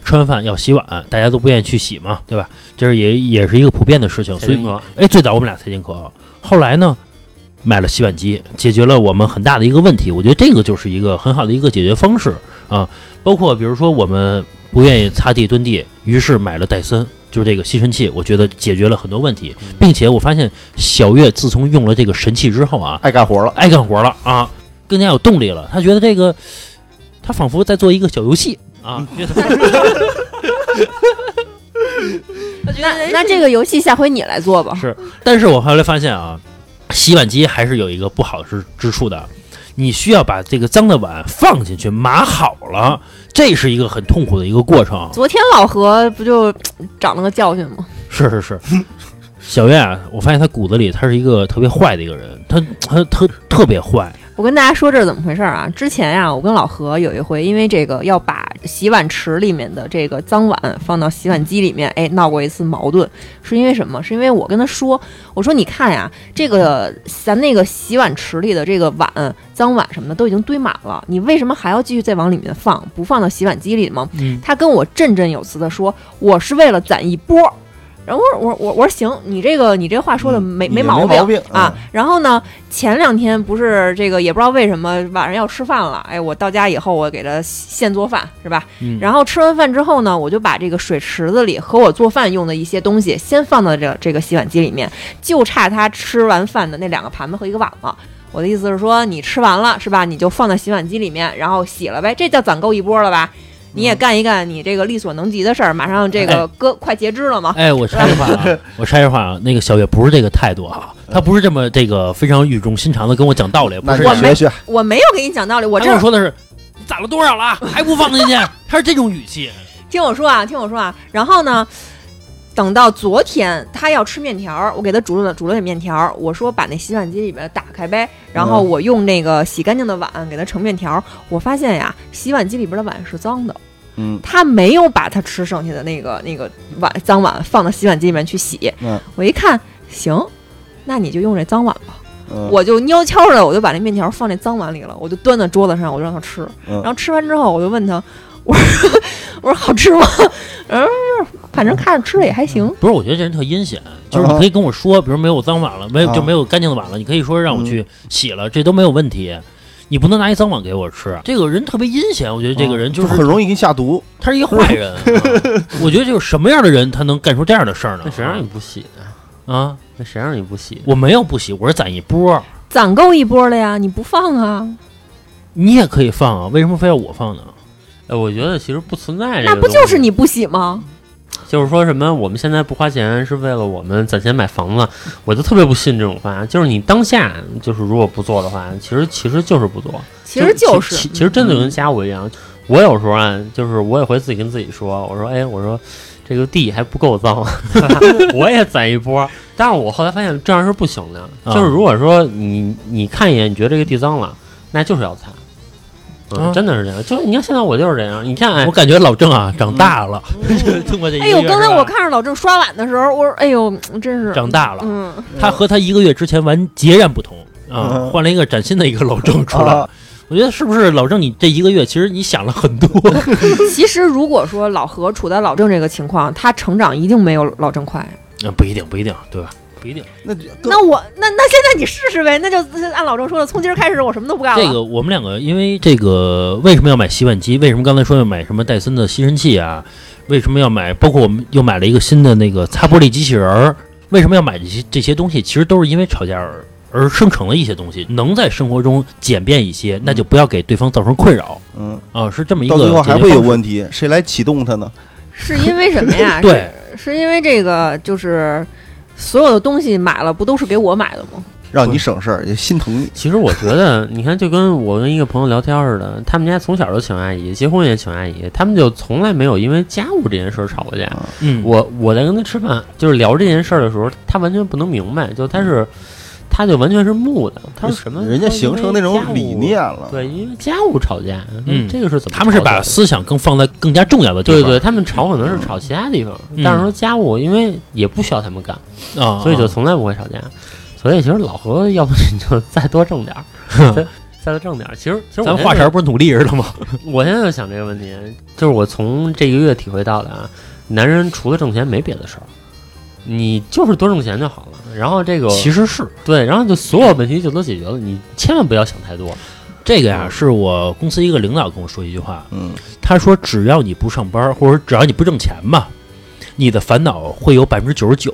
S1: 吃完饭要洗碗，大家都不愿意去洗嘛，对吧？这是也也是一个普遍的事情，所以
S3: 哥。
S1: 哎，最早我们俩才进壳，后来呢，卖了洗碗机，解决了我们很大的一个问题。我觉得这个就是一个很好的一个解决方式啊。包括比如说我们不愿意擦地蹲地，于是买了戴森，就是这个吸尘器，我觉得解决了很多问题，并且我发现小月自从用了这个神器之后啊，
S2: 爱干活了。
S1: 爱干活了啊，更加有动力了。他觉得这个，他仿佛在做一个小游戏啊，觉得
S4: 那那这个游戏下回你来做吧。
S1: 是，但是我后来发现啊，洗碗机还是有一个不好之之处的，你需要把这个脏的碗放进去码好了，这是一个很痛苦的一个过程。
S4: 昨天老何不就长了个教训吗？
S1: 是是是，小月啊，我发现他骨子里他是一个特别坏的一个人，他他特特别坏，
S4: 我跟大家说这是怎么回事儿啊？之前呀、我跟老何有一回，因为这个要把洗碗池里面的这个脏碗放到洗碗机里面，哎，闹过一次矛盾，是因为什么？是因为我跟他说，我说你看呀，这个咱那个洗碗池里的这个碗、脏碗什么的都已经堆满了，你为什么还要继续再往里面放？不放到洗碗机里吗？
S1: 嗯
S4: 他跟我振振有词的说，我是为了攒一波儿。然后我说我我我说行，你这个你这话说的没、
S2: 嗯也没
S4: 毛
S2: 毛病
S4: 啊。然后呢，前两天不是这个也不知道为什么晚上要吃饭了，哎，我到家以后我给他现做饭是吧？
S1: 嗯，
S4: 然后吃完饭之后呢，我就把这个水池子里和我做饭用的一些东西先放到这这个洗碗机里面，就差他吃完饭的那两个盘子和一个碗了。我的意思是说，你吃完了是吧？你就放到洗碗机里面，然后洗了呗，这叫攒够一波了吧？你也干一干你这个力所能及的事儿，马上这个哥快截肢了嘛。
S1: 哎，我插一句话啊， 我插一句话啊，那个小月不是这个态度啊，他不是这么这个非常语重心长的跟我讲道理，不
S2: 那
S1: 是
S2: 你
S1: 这
S4: 我
S1: 样
S4: 没
S2: 学学，
S4: 我没有给你讲道理，我
S1: 我
S4: 这
S1: 这说的是，你攒了多少了，还不放进去？他是这种语气。
S4: 听我说啊，听我说啊。然后呢，等到昨天他要吃面条儿，我给他煮了煮了点面条儿，我说把那洗碗机里边打开呗，然后我用那个洗干净的碗给他盛面条儿。我发现呀，洗碗机里边的碗是脏的，
S2: 嗯，
S4: 他没有把他吃剩下的那个那个碗脏碗放到洗碗机里面去洗。
S2: 嗯
S4: 我一看，行，那你就用这脏碗吧。
S2: 嗯
S4: 我就悄悄的，我就把那面条放那脏碗里了，我就端到桌子上，我就让他吃。
S2: 嗯
S4: 然后吃完之后，我就问他，我说我说好吃吗？嗯，反正看着吃的也还行。
S2: 嗯
S1: 不是，我觉得这人特阴险，就是你可以跟我说，比如没有脏碗了，没有
S2: 啊
S1: 就没有干净的碗了，你可以说让我去洗了，这都没有问题。你不能拿一脏碗给我吃，这个人特别阴险，我觉得这个人就
S2: 就是很容易给你下毒。
S1: 他是一坏人、啊 我觉得就是什么样的人他能干出这样的事儿呢
S3: 那？谁让你不洗的？
S1: 啊，
S3: 那谁让你不洗的？
S1: 我没有不洗，我是攒一波，
S4: 攒够一波了呀，你不放啊？
S1: 你也可以放啊，为什么非要我放呢？
S3: 哎，我觉得其实不存在哎这
S4: 那
S3: 个。
S4: 不就是？你不洗吗？
S3: 就是说什么我们现在不花钱是为了我们攒钱买房子，我就特别不信这种话。就是你当下就是如果不做的话，其实其实就是不做。
S4: 其实就
S3: 其
S4: 是
S3: 其实真的就跟家务一样。我有时候啊，就是我也会自己跟自己说，我说，哎，我说这个地还不够脏， 我也攒一波。但是我后来发现这样是不行的，
S1: 啊
S3: 就是如果说你你看一眼，你觉得这个地脏了，那就是要擦。嗯，
S1: 啊
S3: 真的是这样。就是你看现在我就是这样，你看，哎
S1: 我，感觉老郑啊长大了， 通过这一个
S4: 哎呦，
S1: 月
S4: 刚才
S1: 是吧
S4: 我看着老郑刷碗的时候，我说哎呦，嗯真是
S1: 长啊大了，
S4: 嗯，
S1: 他和他一个月之前完截然不同啊，
S2: 嗯
S1: 换了一个崭新的一个老郑出来了。
S2: 啊
S1: 我觉得是不是老郑，你这一个月其实你想了很多，
S4: 其实如果说老何处在老郑这个情况，他成长一定没有老郑快。
S1: 那啊不一定，不一定，对吧？不一定，
S2: 那就更
S4: 那我那那现在你试试呗，那就按老郑说的，从今儿开始我什么都不干了。
S1: 这个我们两个因为这个为什么要买洗碗机？为什么刚才说要买什么戴森的吸尘器啊？为什么要买？包括我们又买了一个新的那个擦玻璃机器人儿。为什么要买这些这些东西？其实都是因为吵架而而生成的一些东西，能在生活中简便一些，那就不要给对方造成困扰
S2: 嗯，
S1: 啊，是这么一个
S2: 到
S1: 解
S2: 最
S1: 决
S2: 后
S1: 方式。？
S2: 还会有问题，谁来启动它呢？
S4: 是因为什么呀
S1: 对
S4: 是，是因为这个就是所有的东西买了不都是给我买的吗？
S2: 让你省事儿，也心疼你。
S3: 其实我觉得，你看，就跟我跟一个朋友聊天似的，他们家从小就请阿姨，结婚也请阿姨，他们就从来没有因为家务这件事儿吵过架。
S1: 嗯，
S3: 我我在跟他吃饭，就是聊这件事儿的时候，他完全不能明白，就他是，他就完全是木的，他是什么？
S2: 人家形成那种理念，了。
S3: 对，因为家务吵架，
S1: 嗯
S3: 这个是怎么？
S1: 他们是把思想更放在更加重要的地
S3: 对
S1: 方，嗯
S3: 对，他们吵可能是吵其他地方，但是说家务，因为也不需要他们干，
S1: 对啊，
S3: 所以就从来不会吵架。所以其实老何，要不你就再多挣点儿，再再多挣点儿。其实其实我
S1: 咱
S3: 现
S1: 话
S3: 在
S1: 茬儿不是努力似的吗？
S3: 我现在就想这个问题，就是我从这一个月体会到的啊，男人除了挣钱没别的事儿，你就是多挣钱就好了。然后这个
S1: 其实是
S3: 对，然后就所有问题就都解决了。你千万不要想太多。
S1: 这个呀，是我公司一个领导跟我说一句话，
S2: 嗯，
S1: 他说只要你不上班，或者只要你不挣钱吧，你的烦恼会有百分之九十九。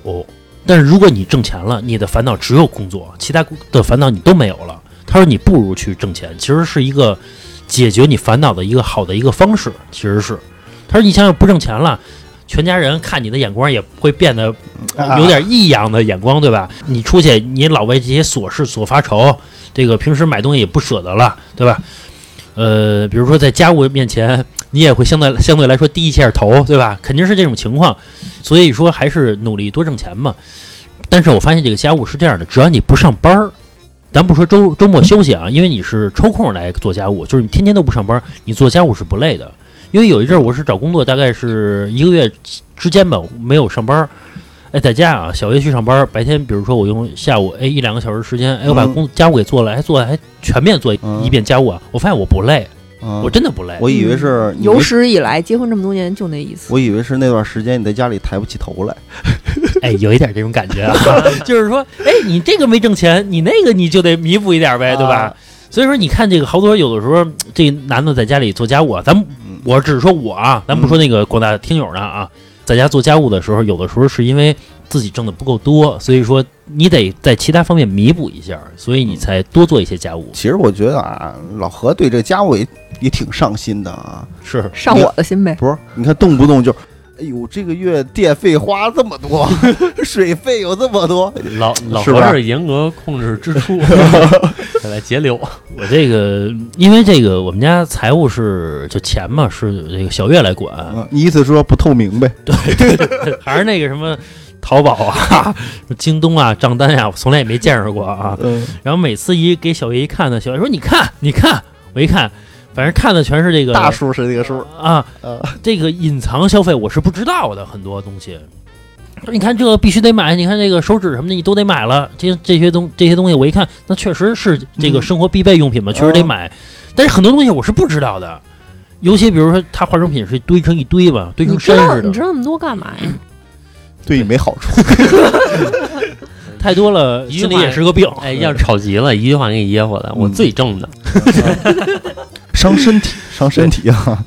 S1: 但是如果你挣钱了，你的烦恼只有工作，其他的烦恼你都没有了。他说你不如去挣钱，其实是一个解决你烦恼的一个好的一个方式，其实是。他说你想想不挣钱了，全家人看你的眼光也会变得
S2: 啊
S1: 有点异样的眼光，对吧？你出去，你老为这些琐事所发愁，这个平时买东西也不舍得了，对吧？呃，比如说在家务面前，你也会相对相对来说低一下头，对吧？肯定是这种情况，所以说还是努力多挣钱嘛。但是我发现这个家务是这样的，只要你不上班儿，咱不说周周末休息啊，因为你是抽空来做家务，就是你天天都不上班儿，你做家务是不累的。因为有一阵儿我是找工作，大概是一个月之间吧，没有上班儿。哎，在家啊，小月去上班儿，白天比如说我用下午哎一两个小时时间，哎我把
S2: 嗯
S1: 工家务给做了，还做了还全面做
S2: 嗯
S1: 一遍家务啊，我发现我不累，
S2: 嗯
S1: 我真的不累。
S2: 我以为是你
S4: 有
S2: 没
S4: 史以来结婚这么多年就那意思。
S2: 我以为是那段时间你在家里抬不起头来，
S1: 哎，有一点这种感觉啊， 就是说，哎，你这个没挣钱，你那个你就得弥补一点哎呗，对吧？
S2: 啊
S1: 所以说，你看这个好多有的时候，这男的在家里做家务啊，咱
S2: 嗯
S1: 我只是说我啊，咱不说那个广大听友呢啊，在家做家务的时候，有的时候是因为自己挣的不够多，所以说你得在其他方面弥补一下，所以你才多做一些家务。
S2: 其实我觉得啊，老何对这家务也也挺上心的啊。
S1: 是，
S4: 上我的心呗，
S2: 不是，你看动不动就，哎呦，这个月电费花这么多， 水费有这么多，
S3: 老 老
S2: 是
S3: 何
S2: 吧
S3: 是严格控制支出，再来节流。
S1: 我这个因为这个我们家财务是就钱嘛，是这个小月来管，
S2: 嗯你意思说不透明呗？
S1: 还是那个什么淘宝啊、京东啊、账单呀、我从来也没见识过啊。
S2: 嗯，
S1: 然后每次一给小月一看呢，小月说：“你看，你看。”我一看，反正看的全是这个
S2: 大数是这个数，
S1: 啊，
S2: 呃，
S1: 这个隐藏消费我是不知道的很多东西。说你看这个必须得买，你看这个手指什么的你都得买了，这这些东这些东西我一看，那确实是这个
S2: 嗯
S1: 生活必备用品嘛，确实得买。但是很多东西我是不知道的，尤其比如说它化妆品是堆成一堆吧，堆
S4: 你
S1: 成
S4: 知
S1: 山
S4: 道
S1: 似的
S4: 你。知道那么多干嘛呀？
S2: 对你没好处。
S1: 太多了，
S3: 一句
S1: 心里
S3: 话
S1: 也是个病。
S3: 哎，要是吵急了，一句话给你噎回来，我
S2: 嗯
S3: 自己挣的。
S2: 伤身体，伤身体啊！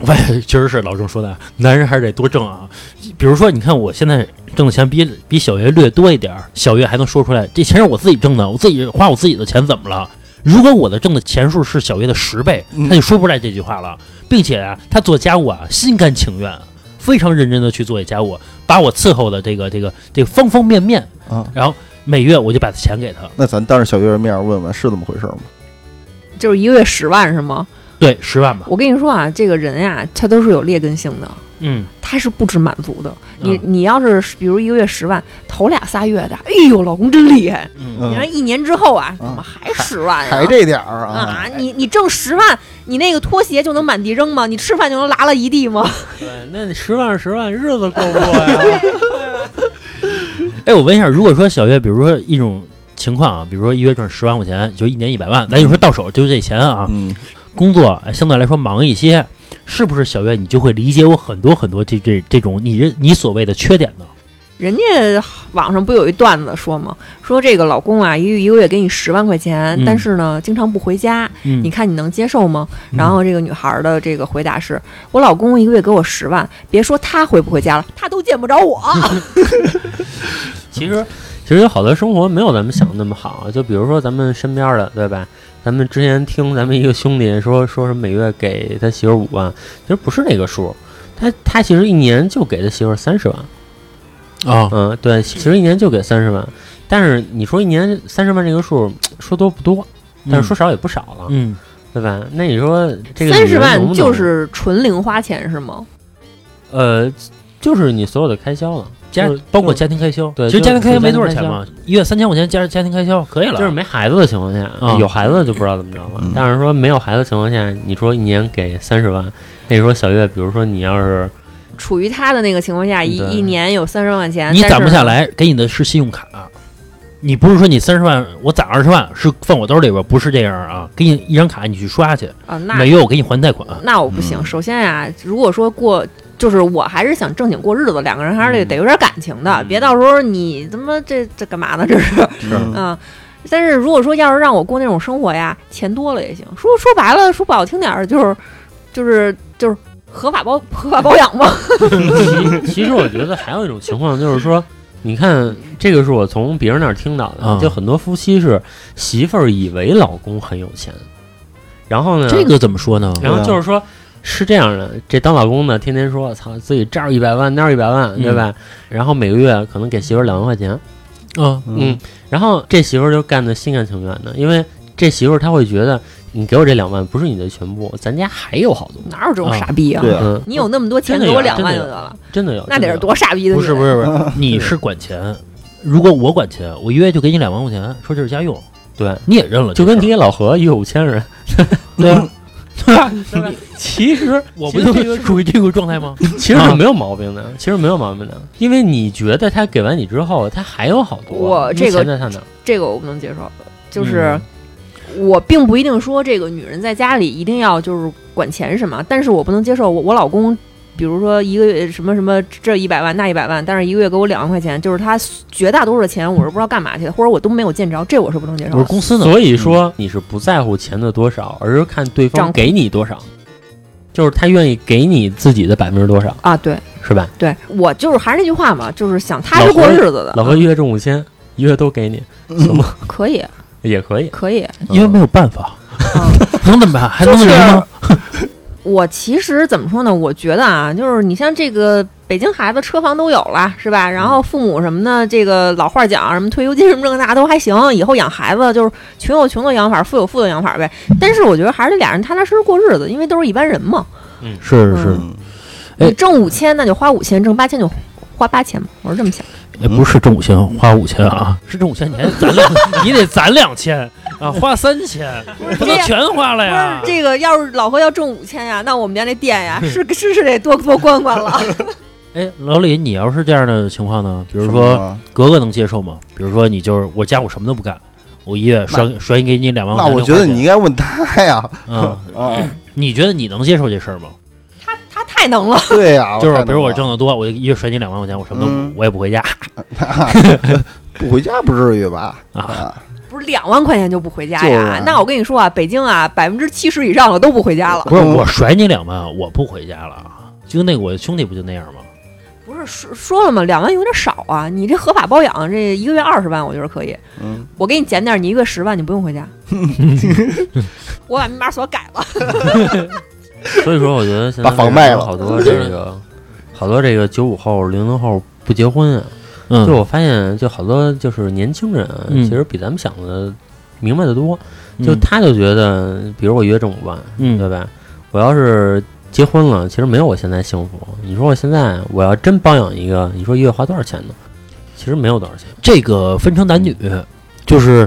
S1: 喂， 确实是老郑说的，男人还是得多挣啊。比如说，你看我现在挣的钱比比小月略多一点儿，小月还能说出来，这钱是我自己挣的，我自己花我自己的钱，怎么了？如果我的挣的钱数是小月的十倍，
S2: 嗯
S1: 他就说不出来这句话了，并且啊，他做家务啊，心甘情愿，非常认真的去做家务，把我伺候的这个这个这个方方面面，
S2: 啊，
S1: 然后每月我就把钱给他，
S2: 那咱当着小月儿面儿问问是这么回事儿吗？
S4: 就是一个月十万是吗？
S1: 对，十万吧，
S4: 我跟你说啊，这个人呀、他都是有劣根性的，
S1: 嗯，
S4: 他是不知满足的。你
S1: 嗯
S4: 你要是比如一个月十万，头俩仨月的，哎呦，老公真厉害！
S1: 嗯
S2: 嗯
S4: 你看一年之后啊，怎么
S2: 啊
S4: 还十万呀？
S2: 还这点儿
S4: 啊
S2: 啊？，
S4: 你你挣十万，你那个拖鞋就能满地扔吗？你吃饭就能拉了一地吗？
S3: 对，那十万十万日子过不过 呀？
S1: 哎，我问一下，如果说小月，比如说一种情况啊，比如说一月赚十万块钱，就一年一百万，咱就说到手就是这钱啊，
S2: 嗯，
S1: 工作哎相对来说忙一些，是不是小月你就会理解我很多很多这这这种你认你所谓的缺点呢？
S4: 人家网上不有一段子说吗？说这个老公啊，一一个月给你十万块钱，
S1: 嗯
S4: 但是呢，经常不回家，
S1: 嗯，
S4: 你看你能接受吗？然后这个女孩儿的这个回答是：我老公一个月给我十万，别说他回不回家了，他都见不着我。
S3: 其实，其实有好多生活没有咱们想的那么好。啊就比如说咱们身边的，对吧？咱们之前听咱们一个兄弟说，说什么每月给他媳妇五万，其实不是那个数。他他其实一年就给他媳妇三十万，
S1: 啊、
S3: 嗯，对，其实一年就给三十万。但是你说一年三十万这个数，说多不多，但是说少也不少了，
S1: 嗯，
S3: 对吧？那你说这个
S4: 三十
S3: 女人能
S4: 万
S3: 不能
S4: 就是纯零花钱是吗？
S3: 呃，就是你所有的开销了，
S1: 家
S3: 就是
S1: 包括家庭开销，
S3: 对
S1: 其实
S3: 就
S1: 家庭开销
S3: 就
S1: 没
S3: 家
S1: 多少
S3: 庭
S1: 钱
S3: 开
S1: 嘛，一月三千块钱加家庭开销可以了，
S3: 就是没孩子的情况下，
S1: 啊
S3: 有孩子就不知道怎么着了
S2: 嗯。
S3: 但是说没有孩子的情况下，你说一年给三十万，那你说小月，比如说你要 是
S4: 处于他的那个情况下，一
S3: 对
S4: 一年有三十万块钱，
S1: 你
S4: 啊但是
S1: 攒不下来，给你的是信用卡。啊你不是说你三十万，我攒二十万是放我兜里边，不是这样啊？给你一张卡，你去刷去，
S4: 啊，那
S1: 每月我给你还贷款。
S4: 那我不行。
S2: 嗯
S4: 首先呀、如果说过就是我还是想正经过日子，两个人还是得
S3: 嗯
S4: 得有点感情的，
S3: 嗯
S4: 别到时候你他妈这这干嘛呢？这是，
S2: 嗯
S4: 嗯。但是如果说要是让我过那种生活呀，钱多了也行。说说白了，说不好听点儿，就是就是就是合法包合法包养吧。
S3: 其其实我觉得还有一种情况就是说，你看这个是我从别人那儿听到的，
S1: 嗯
S3: 就很多夫妻是媳妇儿以为老公很有钱，然后呢，
S1: 这个怎么说呢？
S3: 然后就是说，是这样的，这当老公的天天说，操，自己这儿一百万，那儿一百万，对吧？然后每个月可能给媳妇儿两万块钱，
S1: 嗯，
S3: 嗯，然后这媳妇儿就干的心甘情愿的，因为这媳妇儿她会觉得，你给我这两万不是你的全部，咱家还有好多，
S4: 哪有这种傻逼啊？
S2: 对啊，
S3: 嗯，
S4: 你有那么多钱，
S3: 真的
S4: 给
S3: 有
S4: 我两万
S3: 真
S4: 就
S3: 的有
S4: 得了，
S3: 真的有，
S4: 那
S3: 真的
S4: 得是
S3: 有
S4: 多傻逼的女
S1: 不
S4: 人
S1: 是不是不是，你是管钱。如果我管钱，我一月就给你两万块钱，说这是家用，
S3: 对，
S1: 你也
S4: 啊
S1: 认了这事
S3: 就
S1: 儿，
S3: 跟你给老何一月五千人，
S1: 对啊，对吧？
S3: 其实
S1: 我不就是
S3: 其实
S1: 处于这个状态吗？
S3: 其实是没有毛病的，其实没有毛病的，因为你觉得他给完你之后，他还有好多，啊
S4: 我这个
S3: 因为钱在他那儿，
S4: 这个我不能接受，就是。
S3: 嗯
S4: 我并不一定说这个女人在家里一定要就是管钱什么，但是我不能接受我我老公，比如说一个月什么什么这一百万那一百万，但是一个月给我两万块钱，就是他绝大多数的钱我是不知道干嘛去的，或者我都没有见着，这我是不能接
S1: 我
S4: 受
S1: 说
S4: 的。
S1: 公司呢，
S3: 所以说你是不在乎钱的多少，而是看对
S4: 账
S3: 方
S4: 户
S3: 给你多少，就是他愿意给你自己的百分之多少，
S4: 啊，对
S3: 是吧？
S4: 对，我就是还是那句话嘛，就是想踏实过日子的，
S3: 老何一月挣五千，一月都给你，行吗？
S4: 可以
S3: 也可以。
S4: 可以，
S1: 因为没有办法，
S4: 嗯。
S1: 能怎么办？还能
S4: 就是
S1: 什么呢？
S4: 我其实怎么说呢？我觉得啊，就是你像这个北京孩子，车房都有了，是吧？然后父母什么的，这个老话讲什么退休金什么这个那都还行。以后养孩子就是穷有穷的养法，富有富的养法呗。但是我觉得还是得俩人踏踏实实过日子，因为都是一般人嘛。
S1: 是
S4: 是
S1: 是
S2: 嗯
S1: 哎
S4: 你挣五千，那就花五千；挣八千就花八千嘛。我是这么想。
S1: 哎，不是挣五千，花五千啊，是挣五千，你还攒两， 你得攒两千啊，花三千，不能啊
S4: 这样
S1: 全花了呀
S4: 不是。这个，要是老何要挣五千呀，那我们家那店呀，是是是得多多关关了。
S1: 哎，老李，你要是这样的情况呢？比如
S2: 什
S1: 说，
S2: 么啊
S1: 格格能接受吗？比如说，你就是我家我什么都不干，我一月甩甩给你两万
S2: 那
S1: 块钱。
S2: 我觉得你应，该问他呀，
S1: 嗯，
S2: 啊，
S1: 你觉得你能接受这事儿吗？
S4: 他他太能了，
S2: 对呀，
S1: 就是
S2: 看
S1: 比
S2: 到
S1: 如我
S2: 了
S1: 挣得多，我一月甩你两万块钱，我什么都
S2: 嗯
S1: 不，我也不回家
S2: 不回家不至于吧？
S1: 啊。
S2: 啊，
S4: 不是两万块钱就不回家
S2: 就是
S4: 呀
S2: 啊？
S4: 那我跟你说啊，北京啊，百分之七十以上的都不回家了。
S1: 不是我甩你两万，我不回家了。就那个我兄弟不就那样吗？
S4: 不是说说了吗？两万有点少啊！你这合法包养，这一个月二十万，我觉得可以。
S2: 嗯，
S4: 我给你减点，你一个月十万，你不用 回家。我把密码锁改了。
S3: 所以说，我觉得现在
S2: 把房卖了
S3: 好多这个，好多这个九五后、零零后不结婚啊。
S1: 嗯，
S3: 就我发现，就好多就是年轻人啊，
S1: 嗯
S3: 其实比咱们想的明白的多。
S1: 嗯
S3: 就他就觉得，比如我一月挣五万，对
S1: 嗯，
S3: 吧？我要是结婚了，其实没有我现在幸福。你说我现在我要真包养一个，你说一月花多少钱呢？其实没有 多少钱。
S1: 这个分成男女，
S2: 嗯
S1: 就是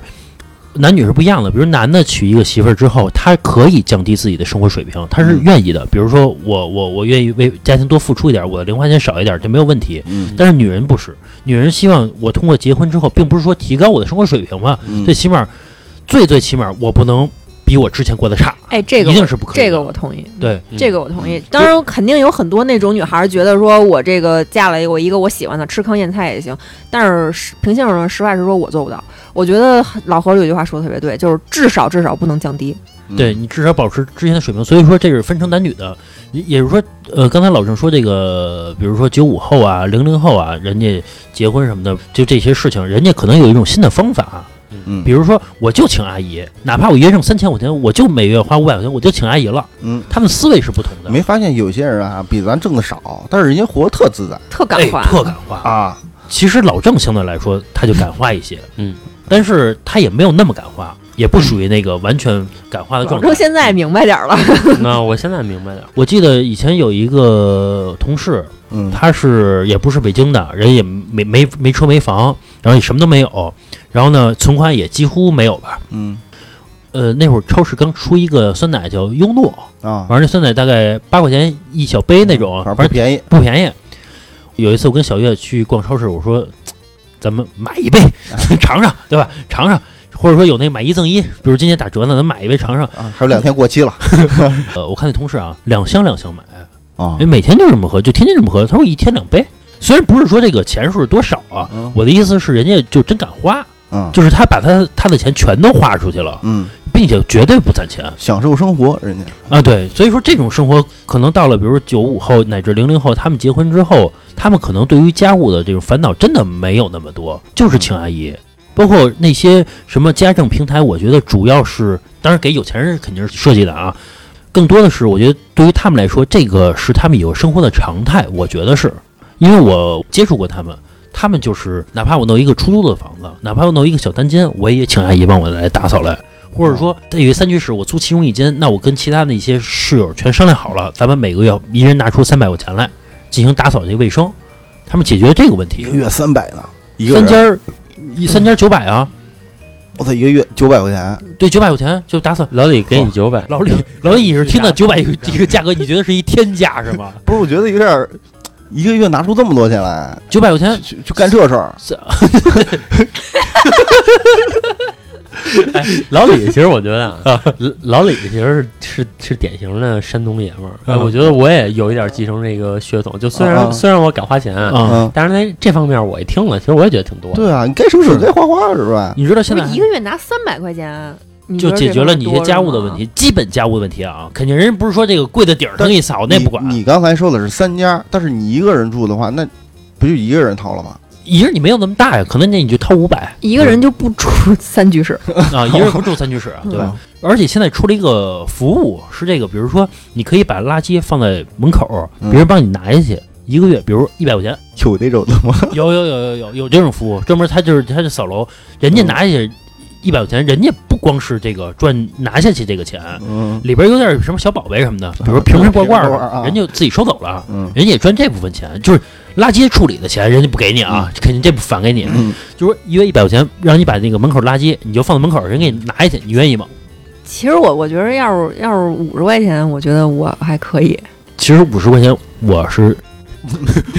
S1: 男女是不一样的。比如男的娶一个媳妇儿之后，他可以降低自己的生活水平，他是
S2: 嗯
S1: 愿意的。比如说我我我愿意为家庭多付出一点，我的零花钱少一点，这没有问题。
S2: 嗯
S1: 但是女人不是，女人希望我通过结婚之后，并不是说提高我的生活水平吧，
S2: 嗯
S1: 最起码最最起码我不能比我之前过得差，
S4: 哎，这个
S1: 一定
S4: 我
S1: 是不可以的。
S4: 这个我同
S2: 嗯
S4: 意。嗯
S1: 对，嗯
S4: 这个我同意，当然肯定有很多那种女孩觉得说，我这个嫁了我一个我喜欢的，吃糠咽菜也行。但是平心而论，实话实说，我做不到。我觉得老何有句话说的特别对，就是至少至少不能降低。
S2: 嗯
S1: 对你至少保持之前的水平，所以说这是分成男女的，也也就是说，呃，刚才老郑说这个，比如说九五后啊、零零后啊，人家结婚什么的，就这些事情，人家可能有一种新的方法，
S2: 嗯
S1: 比如说我就请阿姨，哪怕我一月挣三千块钱，我就每月花五百块钱，我就请阿姨了。
S2: 嗯，
S1: 他们思维是不同的，
S2: 没发现有些人啊，比咱挣的少，但是人家活得特自在
S4: 特感
S1: 哎
S4: 化，
S1: 特感化。
S2: 啊。
S1: 其实老郑相对来说他就感化一些，
S3: 嗯，
S1: 但是他也没有那么感化，也不属于那个完全感化的
S4: 老
S1: 状态
S4: 郑。现在明白点儿 了。
S3: 那我现在明白了，
S1: 我记得以前有一个同事，
S2: 嗯，
S1: 他是也不是北京的，人也没没没车没房，然后也什么都没有，然后呢，存款也几乎没有吧。
S2: 嗯
S1: 呃，那会儿超市刚出一个酸奶叫优诺，
S2: 啊，
S1: 反正那酸奶大概八块钱一小杯那种，
S2: 反
S1: 反正
S2: 正不便宜。
S1: 不便宜。有一次我跟小月去逛超市，我说嘖咱们买一杯尝尝，对吧？尝尝，或者说有那买一赠一，比如今天打折呢，咱买一杯尝尝。
S2: 啊，还有两天过期了。
S1: 呃，我看那同事啊，两箱两箱买，
S2: 啊
S1: 因为每天就这么喝，就天天这么喝。他说一天两杯，虽然不是说这个钱数是多少啊，
S2: 嗯
S1: 我的意思是人家就真敢花，
S2: 嗯
S1: 就是他把他他的钱全都花出去了，
S2: 嗯，
S1: 并且绝对不攒钱
S2: 享受生活，人家
S1: 啊。对，所以说这种生活可能到了比如九五后乃至零零后，他们结婚之后，他们可能对于家务的这种烦恼真的没有那么多，就是请阿姨。包括那些什么家政平台，我觉得主要是，当然给有钱人肯定是设计的啊，更多的是我觉得对于他们来说，这个是他们有生活的常态。我觉得是，因为我接触过他们，他们就是哪怕我弄一个出租的房子，哪怕我弄一个小单间，我也请阿姨帮我来打扫来。或者说，对于三居室，我租其中一间，那我跟其他的一些室友全商量好了，咱们每个月一人拿出三百块钱来进行打扫这个卫生，他们解决这个问
S2: 一
S1: 题
S2: 个。月三百呢，一个
S1: 三间
S2: 人，
S1: 儿，一三间九百啊，
S2: 我操，一个月九百块钱，
S1: 对，九百块钱就打扫。
S3: 老李给你九百，
S1: 老李， 老李，你是听到九百这个价格，你觉得是一天价是吗？
S2: 不是，我觉得有点儿一个月拿出这么多钱来，
S1: 九百块钱
S2: 去去干这事
S1: 啊
S2: 儿，
S3: 老李其实我觉得啊，老老李其实是是是典型的山东爷们儿。哎
S1: 嗯
S3: 我觉得我也有一点继承这个血统，就虽
S2: 啊啊
S3: 然虽然我敢花钱，
S1: 啊，
S2: 嗯，
S3: 但是在这方面我一听了，其实我也觉得挺多的。
S2: 对啊，你该省省该花花是吧？
S1: 你知道
S4: 不
S1: 现
S4: 是
S1: 在
S4: 一个月拿三百块钱，你
S1: 就
S4: 觉得
S1: 解
S4: 这
S1: 决了
S4: 帮
S1: 你一
S4: 多
S1: 些家务的
S4: 吗
S1: 问。题，基本家务的问题啊，肯定人不是说这个柜子底儿能给你扫，那
S2: 你
S1: 不管，
S2: 你刚才说的是三家，但是你一个人住的话，那不就一个人掏了吗？
S1: 一人你没有那么大呀，可能那你就掏五 百
S4: 一个人就不出 三居室，
S1: 啊，一人不住三居室啊，对吧？
S2: 嗯
S1: 而且现在出了一个服务，是这个，比如说你可以把垃圾放在门口，
S2: 嗯
S1: 别人帮你拿下去，一个月，比如一百块钱，
S2: 有这种的吗？
S1: 有有有有有有这种服务，专门他就是他就扫楼，人家拿下去一百块钱，人家不光是这个赚拿下去这个钱，
S2: 嗯
S1: 里边有点什么小宝贝什么的，比如瓶啊瓶罐罐
S2: 瓶瓶罐罐
S1: 儿，
S2: 啊
S1: 人家自己收走了，
S2: 嗯
S1: 人家也赚这部分钱，就是垃圾处理的钱，人家不给你啊，肯定这部分返给你，
S2: 嗯，
S1: 就说一月一百块钱，让你把那个门口垃圾你就放在门口，人给你拿下去，你愿意吗？
S4: 其实我我觉得要是要是五十块钱，我觉得我还可以。
S1: 其实五十块钱我是。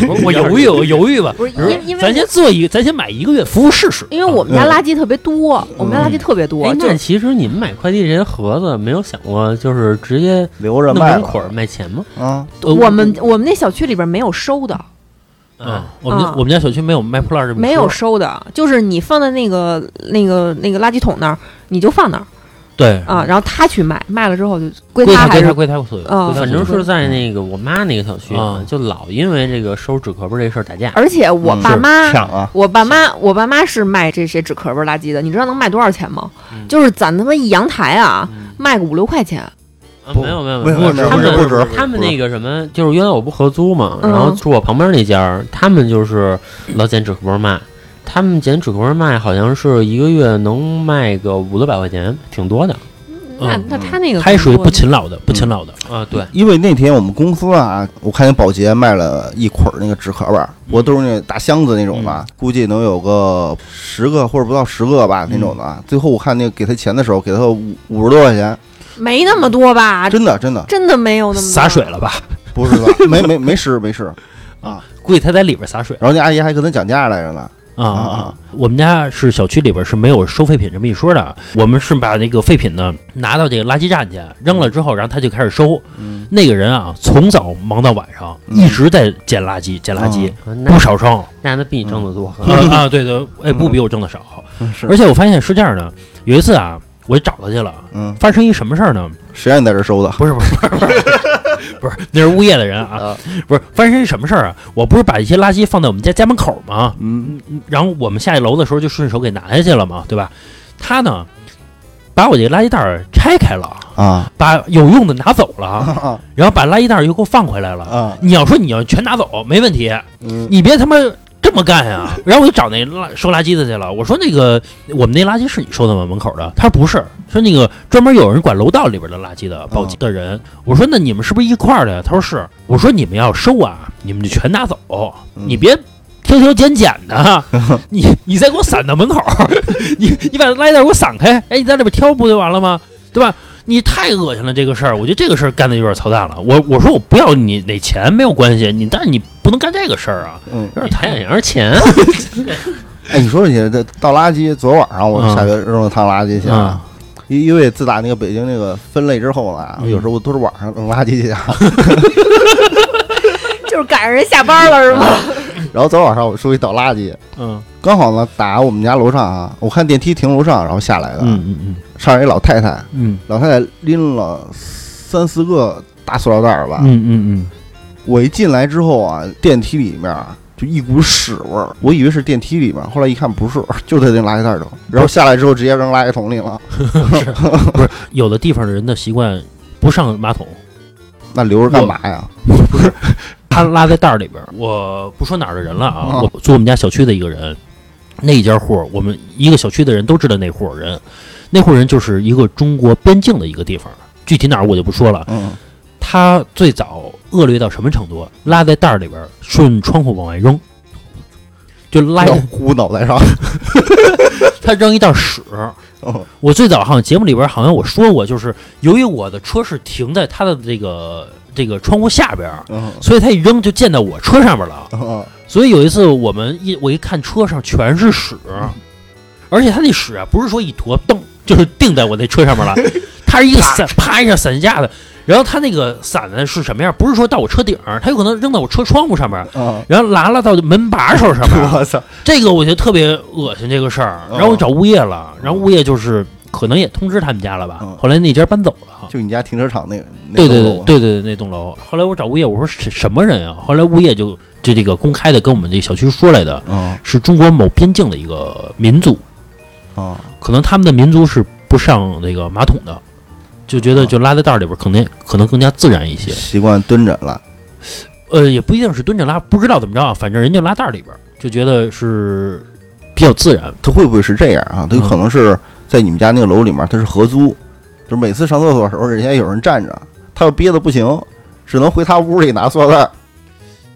S1: 我我犹豫，我犹豫吧。
S4: 不是
S1: 比如
S4: 因因为
S1: 咱先做一个，咱先买一个月服务试啊试。
S4: 因为我们家垃圾特别多，我们家垃圾特别多，
S3: 哎，
S4: 就
S3: 那其实你们买快递这些盒子，没有想过就是直接
S2: 留着
S3: 弄
S2: 卖
S3: 门
S2: 了
S3: 口儿卖钱吗？
S2: 啊，
S1: 呃
S4: 我们我们那小区里边没有收的，
S2: 嗯
S1: 啊，我们家
S4: 啊
S1: 我们家小区没有卖破烂这么
S4: 没有收的，就是你放在那个那个那个垃圾桶那儿，你就放那儿
S1: 对，
S4: 啊，然后他去卖，卖了之后就归
S1: 归他
S4: 他还
S1: 归他
S4: 是
S1: 归他所有，
S4: 啊
S1: 归他
S3: 反
S1: 所有
S3: 正是在那个我妈那个小区
S1: 嗯啊，
S3: 就老因为这个收纸壳儿这事儿打架。
S4: 而且我
S2: 嗯
S4: 爸
S1: 是
S4: 妈
S1: 上
S2: 啊，
S4: 我爸妈，我爸妈是卖这些纸壳儿垃圾的，你知道能卖多少钱吗？
S3: 嗯
S4: 就是攒他妈一阳台啊，卖个五六块钱。
S3: 啊没有没有
S2: 不
S3: 有，
S2: 没有
S3: 他
S2: 没有不
S3: 们
S2: 止
S3: 他们那个什么，就是原来我不合租嘛，
S4: 嗯
S3: 然后住我旁边那家儿，他们就是老捡纸壳儿卖，他们捡纸壳儿卖好像是一个月能卖个五六百块钱，挺多的
S4: 那
S1: 嗯
S4: 那他那个嗯
S1: 他也属于不
S4: 工作
S1: 勤劳的，不勤劳的。
S3: 啊。对，
S2: 因为那天我们公司啊，我看见保洁卖了一捆儿那个纸壳吧，
S1: 嗯
S2: 不过都是那大箱子那种的，估计能有个十个或者不到十个吧那种的啊。最后我看那个给他钱的时候，给他五五十多块钱，
S4: 没那么多吧？
S2: 真的真的
S4: 真的没有那么多
S1: 洒水了吧？
S2: 不是吧？ 没没没事没事。
S1: 估计他在里边洒水
S2: 然后那阿姨还跟他讲价来着呢，
S1: 啊
S2: 啊
S1: 啊！我们家是小区里边是没有收废品这么一说的，我们是把那个废品呢拿到这个垃圾站去扔了之后，然后他就开始收。
S2: 嗯
S1: 那个人啊，从早忙到晚上，
S2: 嗯
S1: 一直在捡垃圾，捡垃圾，
S3: 啊那
S1: 不少挣。
S3: 那他比你挣得多。
S1: 啊啊，对对，哎，不比我挣的少。
S2: 嗯是
S1: 而且我发现是这样的，有一次啊，我就找他去了，
S2: 嗯，
S1: 发生一什么事儿呢？
S2: 谁让你在这收的？
S1: 不是不是不是不是，那是物业的人啊，不是发生一什么事儿啊？我不是把一些垃圾放在我们家家门口吗？
S2: 嗯
S1: 然后我们下一楼的时候就顺手给拿下去了嘛，对吧？他呢，把我这垃圾袋儿拆开了，
S2: 啊
S1: 把有用的拿走了，
S2: 啊
S1: 然后把垃圾袋儿又给我放回来了。
S2: 啊
S1: 你要说你要全拿走没问题，
S2: 嗯
S1: 你别他妈这么干呀、然后我就找那垃收垃圾的去了，我说那个我们那垃圾是你收的吗？门口的？他说不是，说那个专门有人管楼道里边的垃圾的保洁的人。我说那你们是不是一块儿的呀？他说是。我说你们要收啊，你们就全拿走，
S2: 嗯
S1: 你别。挑挑拣拣 的，你你再给我散到门口， 你你把垃圾袋给我散开，哎，你在里边挑不就完了吗？对吧？你太恶心了，这个事儿，我觉得这个事儿干的有点操蛋了。我我说我不要你那钱没有关系，你但是你不能干这个事儿啊。
S2: 嗯，
S1: 有点
S3: 太
S1: 太
S3: 眼儿钱，
S2: 哎，你说起这倒垃圾，昨晚上我下学扔了趟垃圾去啊。因因为自打那个北京那个分类之后呢，
S1: 嗯
S2: 啊有时候我都是晚上扔垃圾去啊。
S4: 就是赶上人下班了是吗？
S2: 然后昨天晚上我出去倒垃圾，
S1: 嗯
S2: 刚好呢打我们家楼上啊，我看电梯停楼上，然后下来的，
S1: 嗯嗯
S2: 上来一老太太，
S1: 嗯
S2: 老太太拎了三四个大塑料袋儿吧。
S1: 嗯嗯
S2: 我一进来之后啊，电梯里面啊就一股屎味儿，我以为是电梯里面，后来一看不是，就在那垃圾袋儿里。然后下来之后直接扔垃圾桶里了，
S1: 嗯，有的地方的人的习惯不上马桶，
S2: 那留着干嘛呀？
S1: 他拉在袋儿里边儿。我不说哪儿的人了啊，
S2: 嗯
S1: 我住我们家小区的一个人，那一家户儿，我们一个小区的人都知道那户儿人，那户儿人就是一个中国边境的一个地方，具体哪儿我就不说了。
S2: 嗯，
S1: 他最早恶劣到什么程度？拉在袋儿里边儿，顺窗户往外扔，就拉
S2: 要糊脑袋上。
S1: 他扔一袋屎。
S2: 嗯
S1: 我最早好像节目里边好像我说过，就是由于我的车是停在他的这个这个窗户下边儿，
S2: 嗯
S1: 所以他一扔就溅到我车上面了。
S2: 嗯
S1: 所以有一次我们一我一看车上全是屎，而且他那屎啊不是说一坨噔就是定在我那车上 面了，它是一个散啪一下散架的。然后他那个散的是什么样？不是说到我车顶儿，他有可能扔到我车窗户上面，
S2: 嗯，
S1: 然后拉拉到门把手上面。
S2: 我操！
S1: 这个我觉得特别恶心这个事儿，
S2: 嗯
S1: 然后我找物业了，然后物业就是可能也通知他们家了吧
S2: 嗯，
S1: 后来那家搬走了。
S2: 就你家停车场那个，那
S1: 对对
S2: 栋
S1: 对
S2: 楼啊
S1: 对对，对那栋楼。后来我找物业，我说是什么人啊？后来物业就就这个公开的跟我们这小区说来的，
S2: 嗯
S1: 是中国某边境的一个民族，
S2: 嗯，
S1: 可能他们的民族是不上那个马桶的，就觉得
S2: 哦
S1: 就拉在袋儿里边，可能可能更加自然一些。
S2: 嗯习惯蹲着了。
S1: 呃，也不一定是蹲着拉，不知道怎么着啊，反正人家拉袋儿里边，就觉得是比较自然。
S2: 他会不会是这样啊？他有
S1: 嗯
S2: 可能是在你们家那个楼里面，他是合租，就是每次上厕所的时候，人家有人站着，他要憋得不行，只能回他屋里拿塑料袋儿。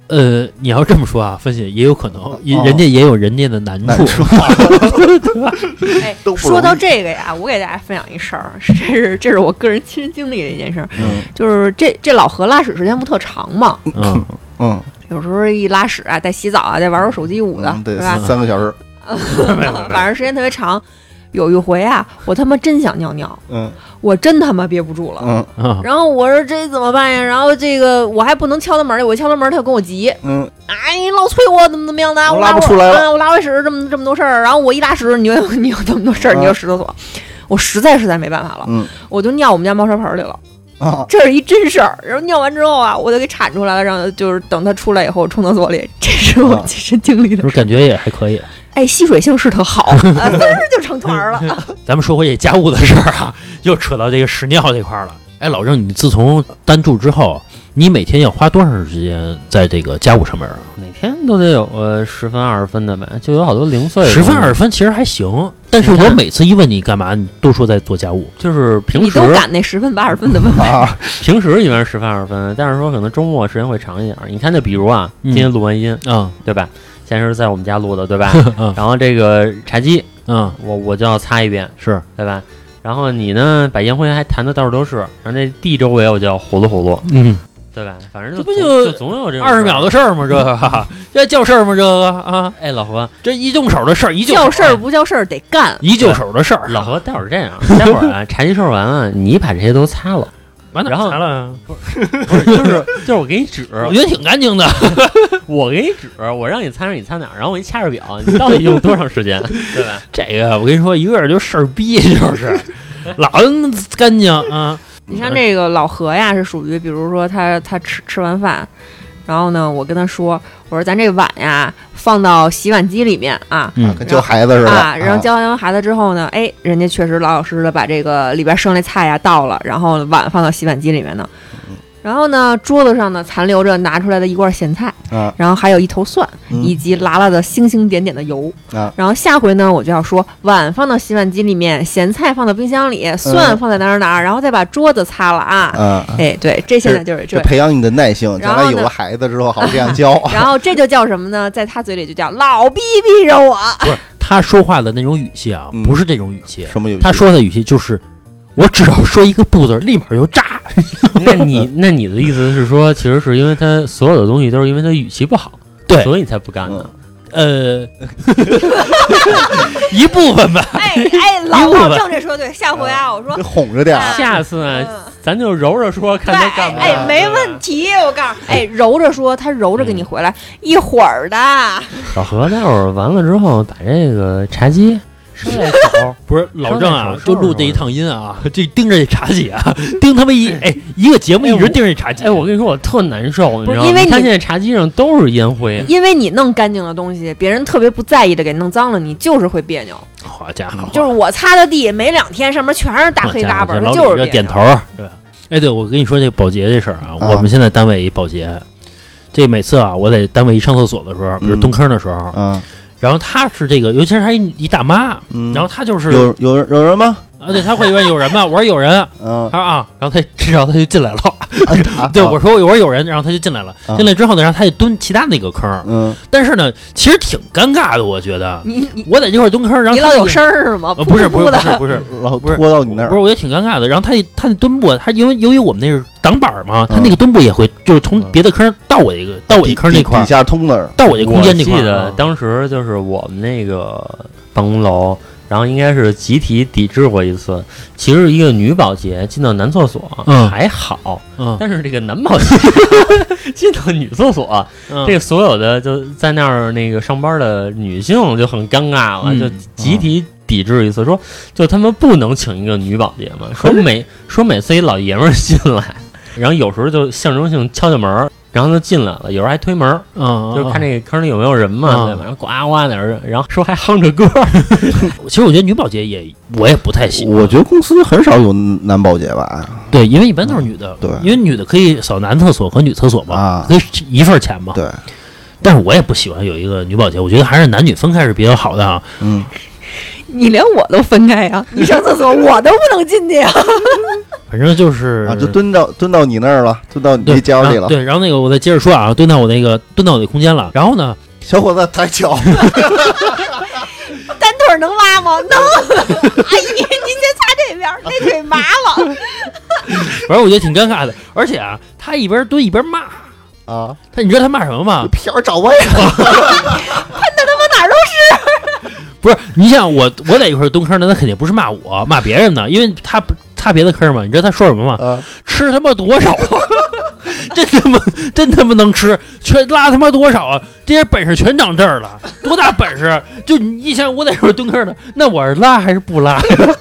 S1: 呃，你要这么说啊，分析也有可能，也、人家也有人家的难
S2: 难
S1: 处。
S2: 处
S4: 哎
S2: 都，不容易
S4: 说到这个呀，我给大家分享一事儿， 这是这是我个人亲身经历的一件事儿，
S2: 嗯
S4: 就是这这老何拉屎时间不特长嘛，
S1: 嗯，
S2: 嗯，
S4: 有时候一拉屎啊，在洗澡啊，在玩会儿手机捂的，
S2: 嗯
S4: 对
S2: 对，
S4: 吧？
S2: 三三个小时。
S1: 嗯
S4: 晚上时间特别长。有一回啊，我他妈真想尿尿，
S2: 嗯
S4: 我真他妈憋不住了。
S2: 嗯
S1: 啊，
S4: 然后我说这怎么办呀？然后这个我还不能敲他门儿，我一敲他门儿他就跟我急，
S2: 嗯，
S4: 啊，你老催我怎么怎么样的，
S2: 我
S4: 我
S2: 拉不
S4: 我
S2: 出来了
S4: 啊，我拉完屎这么这么多事儿，然后我一拉屎，你又 你又这么多事儿，
S2: 嗯
S4: 你又屎厕所，我实在实在没办法了，
S2: 嗯
S4: 我就尿我们家猫砂盆里了，
S2: 啊，
S4: 这是一真事儿。然后尿完之后啊，我就给铲出来了，然后就是等它出来以后我冲厕所里，这是我
S2: 啊
S4: 亲身经历
S1: 就
S4: 的
S1: 是
S4: 事儿。
S1: 感觉也还可以。
S4: 哎，吸水性是特好，啊但是就成团儿了。
S1: 咱们说回这家务的事儿啊，又扯到这个屎尿这块儿了。哎，老郑，你自从单住之后，你每天要花多长时间在这个家务上面啊？
S3: 每天都得有个十分二十分的呗，就有好多零碎的
S1: 十
S3: 东西。
S1: 分二十分其实还行，但是我每次一问你干嘛，你都说在做家务。
S3: 就是平
S4: 你
S3: 时
S4: 都赶那十分八十分的问题，
S2: 啊，
S3: 平时一般是十分二十分，但是说可能周末时间会长一点儿。你看，就比如啊，
S1: 嗯
S3: 今天录完音，
S1: 啊
S3: 对吧？先是在我们家录的，对吧？
S1: 嗯
S3: 然后这个茶几，
S1: 啊，
S3: 我我就要擦一遍，
S1: 是
S3: 对吧？然后你呢，把烟灰还弹的到处都是，然后那地周围我就要呼噜呼噜，
S1: 嗯，
S3: 对吧？反正
S1: 这
S3: 就
S1: 不
S3: 总
S1: 就
S3: 就总有这种
S1: 二
S3: 事
S1: 十
S3: 儿
S1: 秒的事儿吗？这个这叫事儿吗？这个啊，
S3: 哎，老何，
S1: 这一动手的事儿，一就
S4: 叫事儿不叫事儿得干。
S1: 一就手的事儿，
S3: 老何，待会儿这样， 待会儿啊，茶几事儿完了，你把这些都擦 了，
S1: 完了
S3: 然后
S1: 完了，
S3: 不是，就是 就是我给你纸，
S1: 我觉得挺干净 的。
S3: 我给你纸，我让你擦上你擦哪儿，然后我一掐着表，你到底用多长时 间，对吧？
S1: 这个我跟你说，一个人就事儿逼，就是 老干净啊。
S4: 你像这个老何呀，是属于比如说他他吃吃完饭，然后呢，我跟他说，我说咱这碗呀放到洗碗机里面啊。
S1: 嗯
S2: 跟教孩子似的
S4: 啊，然后教完孩子之后呢，哎，人家确实老老实实的把这个里边剩的菜呀倒了，然后碗放到洗碗机里面呢。
S2: 嗯
S4: 然后呢，桌子上呢残留着拿出来的一罐咸菜，
S2: 啊
S4: 然后还有一头蒜，
S2: 嗯
S4: 以及拉拉的星星点点的油。
S2: 啊
S4: 然后下回呢，我就要说碗放到洗碗机里面，咸菜放到冰箱里，蒜放在哪儿哪儿，然后再把桌子擦了嗯啊。
S2: 啊，
S4: 哎，对，这现在就是
S2: 这
S4: 这。
S2: 培养你的耐性，
S4: 然
S2: 将
S4: 后
S2: 来
S4: 呢
S2: 有了孩子之后好这样教。
S4: 然后这就叫什么呢？在他嘴里就叫老逼逼着我。
S1: 他说话的那种语气啊
S2: 嗯，
S1: 不是这种语气，
S2: 什么游戏？
S1: 他说的语气就是，我只要说一个不字儿，立马就炸。
S3: 那你那你的意思是说，其实是因为他所有的东西都是因为他语气不好，
S1: 对
S3: 所以你才不干的
S1: 呃，
S2: 嗯。
S1: 一部分吧。
S4: 哎哎，
S1: 一
S4: 老
S1: 路的
S4: 老郑这说对，下回啊，我说
S2: 得。哄着点儿
S4: 啊
S3: 下次啊，
S4: 嗯
S3: 咱就揉着说，看他干不
S4: 哎
S3: 干。
S4: 哎，没问题，我告诉你，哎，揉着说，他揉着
S3: 嗯
S4: 给你回来，一会儿的，
S3: 老何待会儿完了之后，把这个茶几收在手，
S1: 不是老郑
S3: 稍
S1: 啊
S3: 微，
S1: 就录这一趟音啊， 就盯着这茶几啊， 盯他妈一哎一个节目一直盯着这茶几。
S3: 哎，我跟你说，我特难受，你
S4: 不
S3: 知
S4: 是
S3: 道吗？
S4: 因为
S3: 你看
S4: 你
S3: 现在茶几上都是烟灰，
S4: 因为你弄干净的东西，别人特别不在意的给弄脏了，你就是会别扭。
S1: 好家伙，
S4: 嗯就是我擦的地没两天，上面全是大黑嘎巴儿，
S1: 老
S4: 它
S1: 李
S4: 就是别
S1: 啊这
S4: 扭
S1: 点头儿，对吧？哎，对，我跟你说这保洁这事儿啊，
S2: 啊
S1: 我们现在单位一保洁，这每次啊，我在单位一上厕所的时候，比如
S2: 嗯
S1: 蹲坑的时候，
S2: 嗯
S1: 然后她是这个，尤其是她一一大妈，
S2: 嗯，
S1: 然后她就是，
S2: 有有人有人吗？
S1: 啊，对，她会问有人吗？我说有人，
S2: 嗯，
S1: 她说啊，然后她至少她就进来了，
S2: 啊
S1: 对，我说我说有人，然后她就进来了，
S2: 啊
S1: 进来之后呢，然后她就蹲其他那个坑儿，
S2: 嗯
S1: 但是呢，其实挺尴尬的，我觉得，
S4: 你你
S1: 我在这块儿蹲坑儿，然后
S4: 你
S1: 她
S4: 老
S1: 就
S4: 有声儿是吗？
S1: 呃，不是不
S4: 噗噗
S1: 是
S4: 噗
S1: 不
S4: 的，
S1: 是不是。
S2: 老
S1: 不是
S2: 拖 到你那
S1: 不是，
S2: 儿，
S1: 我觉得挺尴尬的。然后他那他那墩布，他因为由于我们那是挡板嘛，他
S2: 嗯
S1: 那个墩布也会就是从别的坑到我一个到我一
S2: 底
S1: 坑那块
S2: 底
S1: 儿，
S2: 下通那儿，
S1: 到我这空间这块儿。
S3: 我记得
S1: 嗯
S3: 当时就是我们那个办公楼，然后应该是集体抵制过一次。其实一个女保洁进到男厕所、
S1: 嗯
S3: 还好，
S1: 嗯
S3: 但是这个男保洁 进到女厕所，
S1: 嗯
S3: 这个所有的就在那儿那个上班的女性就很尴尬了，
S1: 嗯
S3: 就集体抵制一次，说就他们不能请一个女保洁
S1: 嗯
S3: 嘛，说每说每次一老爷们儿进来，然后有时候就象征性敲敲门儿，然后就进来了，有时候还推门儿。
S1: 嗯，
S3: 就是看
S1: 这。
S3: 这个坑里有没有人嘛，
S1: 啊
S3: 对吧？然后呱呱在那儿，然后说还哼着歌儿，
S1: 其实我觉得女保洁也我也不太喜啊欢，
S2: 我觉得公司很少有男保洁吧，
S1: 对，因为一般都是女的，
S2: 嗯对
S1: 因为女的可以扫男厕所和女厕所嘛，
S2: 啊
S1: 可以一份儿钱嘛。
S2: 对，
S1: 但是我也不喜欢有一个女保洁，我觉得还是男女分开是比较好的啊。
S2: 嗯，
S4: 你连我都分开呀、你上厕所我都不能进去呀、
S1: 反正就是
S2: 啊，就蹲到蹲到你那儿了，蹲到你
S1: 对
S2: 这角
S1: 然
S2: 里
S3: 啊
S1: 后
S2: 了，
S1: 对，然后那个我再接着说啊，蹲到我那个蹲到我那空间了，然后呢，
S2: 小伙子抬脚，
S4: 单腿儿能拉吗？能。 阿姨，您先擦这边儿，那腿麻了。
S1: 反正我觉得挺尴尬的，而且啊，他一边蹲一边骂。
S2: 啊，
S1: 他，你知道他骂什么吗？
S2: 片儿找位了，
S4: 我哪儿都
S1: 不是，你想我，我在一块儿蹲坑呢，那他肯定不是骂我，骂别人呢，因为他不他别的坑嘛。你知道他说什么吗？
S2: 啊，
S1: 吃他妈多少 啊！真他妈真他妈能吃，全拉他妈多少啊！这些本事全长这儿了，多大本事？就你一想，我在这块儿蹲坑呢，那我是拉还是不拉 呀？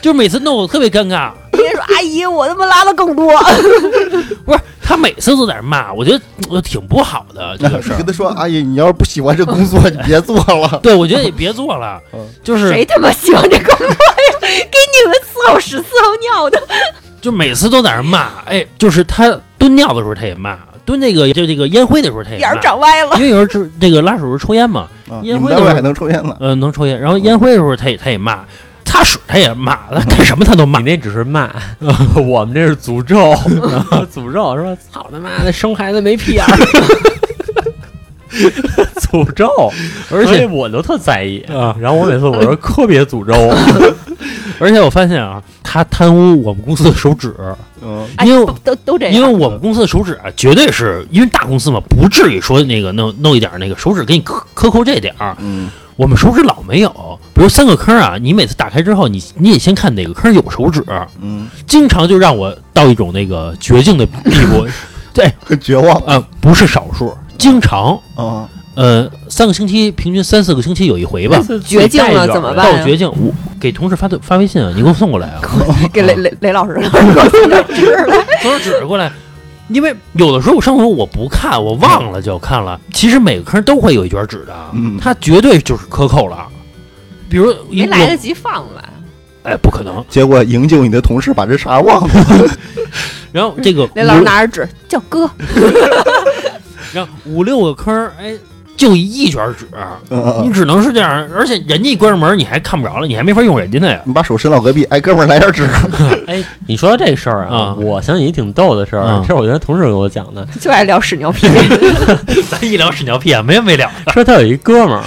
S1: 就每次弄我特别尴尬，
S4: 别说阿姨，我他妈拉的更多。
S1: 不是他每次都在那儿骂，我觉得我挺不好的这个
S2: 你
S1: 事儿
S2: 跟。他说，阿姨，你要是不喜欢这工作，你别做了，
S1: 对，我觉得也别做了
S2: 嗯，
S1: 就是
S4: 谁他妈喜欢这工作呀？给你们伺候屎伺候尿的。
S1: 就每次都在那儿骂，哎，就是他蹲尿的时候他也骂，蹲那个就这个烟灰的时候他也
S4: 眼
S1: 骂
S4: 儿，长歪了。
S1: 因为有时候就是这个拉手时候抽烟嘛，
S2: 啊你
S1: 烟
S2: 们
S1: 灰
S2: 单位
S1: 都
S2: 还能抽烟呢，
S1: 嗯、能抽烟，然后烟灰的时候他也他也骂，擦屎他也骂， 他干什么他都骂
S3: 你，那只是骂， 我们这是诅咒， 诅咒说操他妈的生孩子没屁眼儿， 诅咒，
S1: 而
S3: 所以
S1: 且
S3: 我都特在意。
S1: 啊，
S3: 然后我每次我说可别诅咒 我，
S1: 而且我发现啊，他贪污我们公司的手指，
S2: 嗯，
S4: 哎
S1: 因为
S4: 不都都这
S1: 因为
S4: 样，
S1: 我们公司的手指啊，绝对是因为大公司嘛，不至于说那个弄弄一点儿那个手指给你克克扣这点儿，
S2: 嗯，
S1: 我们手指老没有，比如三个坑啊，你每次打开之后，你你也先看哪个坑有手指，
S2: 嗯，
S1: 经常就让我到一种那个绝境的地 步。
S2: 很嗯绝望
S1: 呃，不是少数，经常，
S2: 啊，
S1: 呃，三个星期平均三四个星期有一回吧，
S4: 绝境了怎么办
S1: 到绝境，我给同事发的发微信啊，你给我送过来啊，
S4: 给雷雷雷老 师老师给我送点纸来。
S1: 给我指过来。因为嗯有的时候我上厕所我不看，我忘了就看了。其实每个坑都会有一卷纸的，啊
S2: 嗯
S1: 它绝对就是克扣了。比如一
S4: 没来得及放吧？
S1: 哎，不可能。
S2: 结果营救你的同事把这茬忘了，
S1: 然后这个
S4: 雷嗯老师
S1: 五
S4: 拿着纸叫哥，
S1: 然后五六个坑儿，哎，就一卷纸，啊你
S2: 嗯，
S1: 只能是这样。而且人家一关上门，你还看不着了，你还没法用人家呢呀。
S2: 你把手伸到隔壁，哎，哥们儿来点纸，
S3: 哎，你说到这事儿啊，
S1: 啊
S3: 我想起一挺逗的事儿，
S1: 啊
S3: 这是我原来同事给我讲的，
S4: 就爱聊屎尿屁。
S1: 咱一聊屎尿屁啊，没完没了。
S3: 说他有一哥 们儿，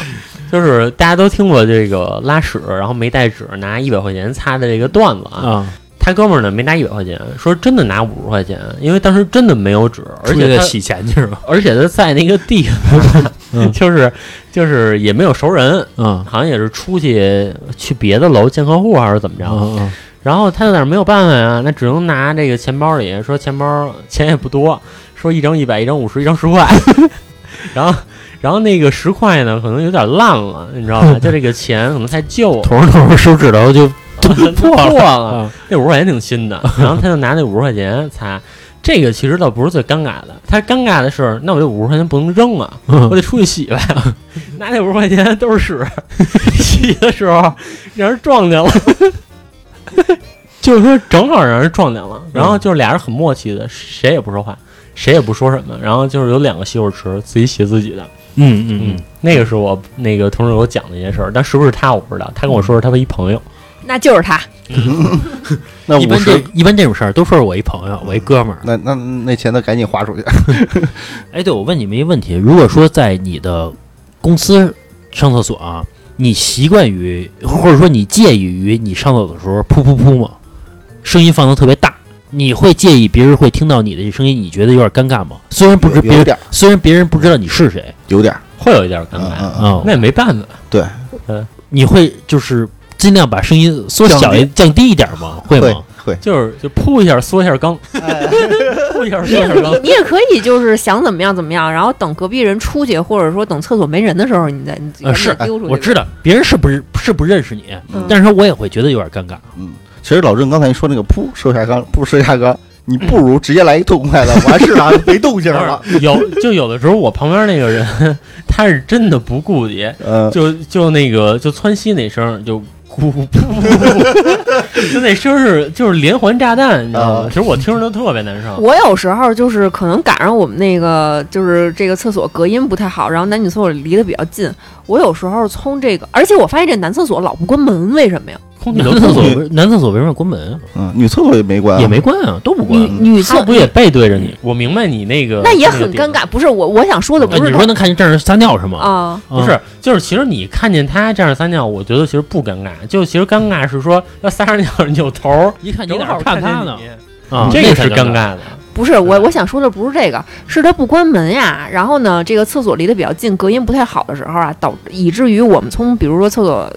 S3: 就是大家都听过这个拉屎，然后没带纸，拿一百块钱擦的这个段子啊。
S1: 啊，
S3: 他哥们儿呢没拿一百块钱，说真的拿五十块钱，因为当时真的没有纸，而
S1: 出去
S3: 且他
S1: 洗钱去是吧？
S3: 而且他在那个地方，
S1: 嗯
S3: 就是就是也没有熟人，
S1: 嗯
S3: 啊好像也是出去去别的楼见客户还是怎么着。
S1: 嗯
S3: 然后他有点没有办法呀，那只能拿这个钱包里说钱包钱也不多，说一张一百，一张五十，一张 十块，然后然后那个十块呢，可能有点烂了，你知 道吧？就这个钱可能太旧了，
S1: 捅着捅着手指头就
S3: 破
S1: 了
S3: 了，
S1: 啊
S3: 那五十块钱挺 新的，然后他就拿那五十块钱擦。这个其实倒不是最尴尬的，他尴尬的是，那我这五十块钱不能扔啊， 我得出去洗来啊， 拿那五十块钱都是屎， 洗的时候让人撞见了， 就是说正好让人撞见
S2: 嗯
S3: 了，然后就是俩人很默契的，谁也不说话，谁也不说什么，然后就是有两个洗手池自己洗自己的，
S1: 嗯嗯嗯，
S3: 那个是我那个同事给我讲的一件事儿，但是不是他我不知道，他跟我说是他的一朋友，
S4: 那就是他，
S2: 那
S1: 一
S2: 五
S1: 般这
S2: 十，
S1: 一般这种事儿都说是我一朋友，我一哥们儿。
S2: 那那那钱得赶紧花出 去。
S1: 哎，对，我问你们一个问题：如果说在你的公司上厕所啊，你习惯于或者说你介意于你上厕所的时候噗噗噗吗？声音放的特别大，你会介意别人会听到你的声音，你觉得有点尴尬吗？虽然不知别
S2: 有有
S1: 人，
S2: 点儿，
S1: 虽然别人不知道你是谁
S2: 有点儿，
S3: 会有一点尴
S2: 嗯
S3: 尬。
S2: 嗯嗯，
S1: 啊、
S3: 那也没办法，
S1: 你会就是尽量把声音缩小一降低一点吗？会
S2: 会
S1: 吗？
S2: 会，
S3: 就是就扑一下缩一下肛，
S4: 哎
S3: 扑一下缩一下 肛。
S4: 你也可以就是想怎么样怎么样，然后等隔壁人出去，或者说等厕所没人的时候，你再你
S1: 呃
S4: 赶
S1: 是
S4: 紧丢出去。
S1: 我知道别人是不是是不认识你，
S4: 嗯
S1: 但是说我也会觉得有点尴 尬。
S2: 其实老郑刚才一说那个噗收下缸，噗收下缸，你不如直接来一痛快的，完事了，没动静了。
S3: 有就有的时候，我旁边那个人，他是真的不顾及，
S2: 嗯，
S3: 就就那个就窜稀那声儿就咕咕咕， 就那声儿是就是连环炸弹，你知道
S2: 啊
S3: 吗？其实我听着都特别难受。
S4: 我有时候就是可能赶上我们那个就是这个厕所隔音不太好，然后男女厕所离得比较近。我有时候冲这个，而且我发现这男厕所老不关门，为什么呀？
S3: 空气
S1: 男
S3: 流
S1: 厕
S3: 通
S1: 所为男厕所为什么要关门啊？
S2: 嗯，女厕所也没关啊，
S1: 也没关啊，都不关
S4: 女
S1: 啊。
S4: 女
S3: 他
S4: 厕
S3: 不也背对着你？我明白你那
S1: 呃
S3: 个，
S4: 那也很
S3: 点
S4: 尴尬。不是我，我想说的
S1: 哎，
S4: 不
S1: 你
S4: 是
S1: 说能看见站着撒尿是吗？
S4: 啊，
S3: 不是，就是其实你看见他这样撒尿，我觉得其实不尴尬，就其实尴尬是说要撒上尿 扭头儿，
S1: 一看你
S3: 正
S1: 哪
S3: 好
S1: 儿看他
S3: 见
S1: 呢？
S3: 你嗯
S1: 啊，
S3: 这
S1: 那
S3: 个
S1: 才
S3: 是尴
S1: 尬。
S3: 尬的。
S4: 不是我，
S1: 嗯
S3: 对
S4: 我想说的不是这个，是他不关门呀。然后呢，这个厕所离得比较近，隔音不太好的时候啊，导以至于我们从比如说厕所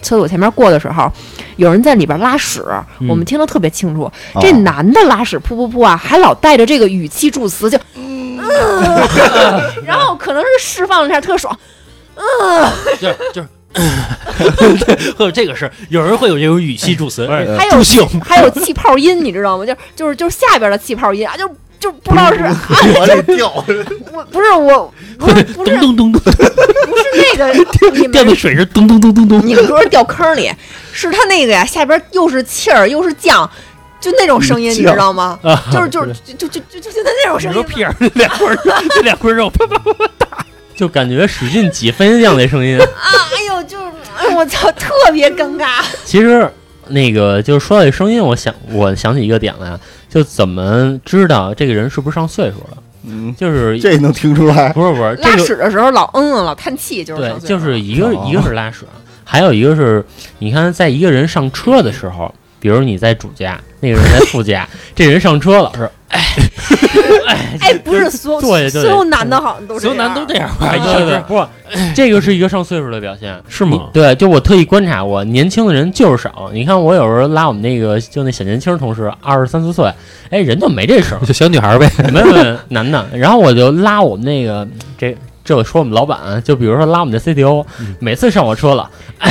S4: 厕所前面过的时候，有人在里边拉屎，
S1: 嗯哦
S4: 我们听得特别清楚。
S2: 啊
S4: 这男的拉屎噗噗噗啊，还老带着这个语气助词，就，嗯， 然后可能是释放了一下特爽，
S1: 就是就是。会有这个事，有人会有这种语 气助词，
S3: 不是
S2: 呃
S4: 还有
S1: 助兴。
S4: 还有气泡音，你知道吗？就就是就是下边的气泡音啊，就就不知 道是
S2: 我这掉，
S4: 我不是我不是不是
S1: 咚咚咚咚，
S4: 不是 那个你
S1: 掉
S4: 们
S1: 到水是咚咚咚咚咚。
S4: 你们说是掉坑里，是他那个呀，下边又是气儿又是酱，就那种声音，你
S2: 酱
S4: 知道吗？
S1: 啊
S4: 就是就是就就就就就那种声
S1: 你说，
S4: 音
S1: 屁眼儿那 两块肉，那两块肉，
S3: 就感觉使劲挤分量那声音。
S4: 哎呦，就是哎呦我操，特别尴尬。
S3: 其实那个就是说到这声音，我想我想起一个点来，就怎么知道这个人是不是上岁数了？
S2: 嗯，
S3: 就是
S2: 这能听出来。
S3: 不是不是
S4: 拉
S3: 这个
S4: 屎的时候老嗯嗯老叹气，就是
S3: 对，
S4: 上岁
S3: 就
S4: 数
S3: 是
S4: 了
S3: 一个
S2: 哦
S3: 一个是拉屎，啊还有一个是你看，在一个人上车的时候，比如你在主驾，那个人在副驾，这人上车了是
S4: 哎，不是所
S3: 坐下
S4: 有
S3: 就得
S4: 所有男的好像都
S1: 所有男都这
S4: 样。
S1: 样吧？
S4: 一
S1: 一
S4: 下
S1: 上
S4: 子
S3: 对对
S1: 车
S3: 不啊是，这个是一个上岁数的表现。
S1: 是
S3: 你
S1: 吗？
S3: 对，就我特意观察过，年轻的人就是少。你看我有时候拉我们那个就那小年轻同事，二十三四岁，哎，人就没这事儿，
S1: 就小女孩呗。
S3: 没有没有男的。然后我就拉我们那个这这我说我们老板啊，就比如说拉我们的 CTO，、每
S1: 嗯
S3: 次上我车了，哎，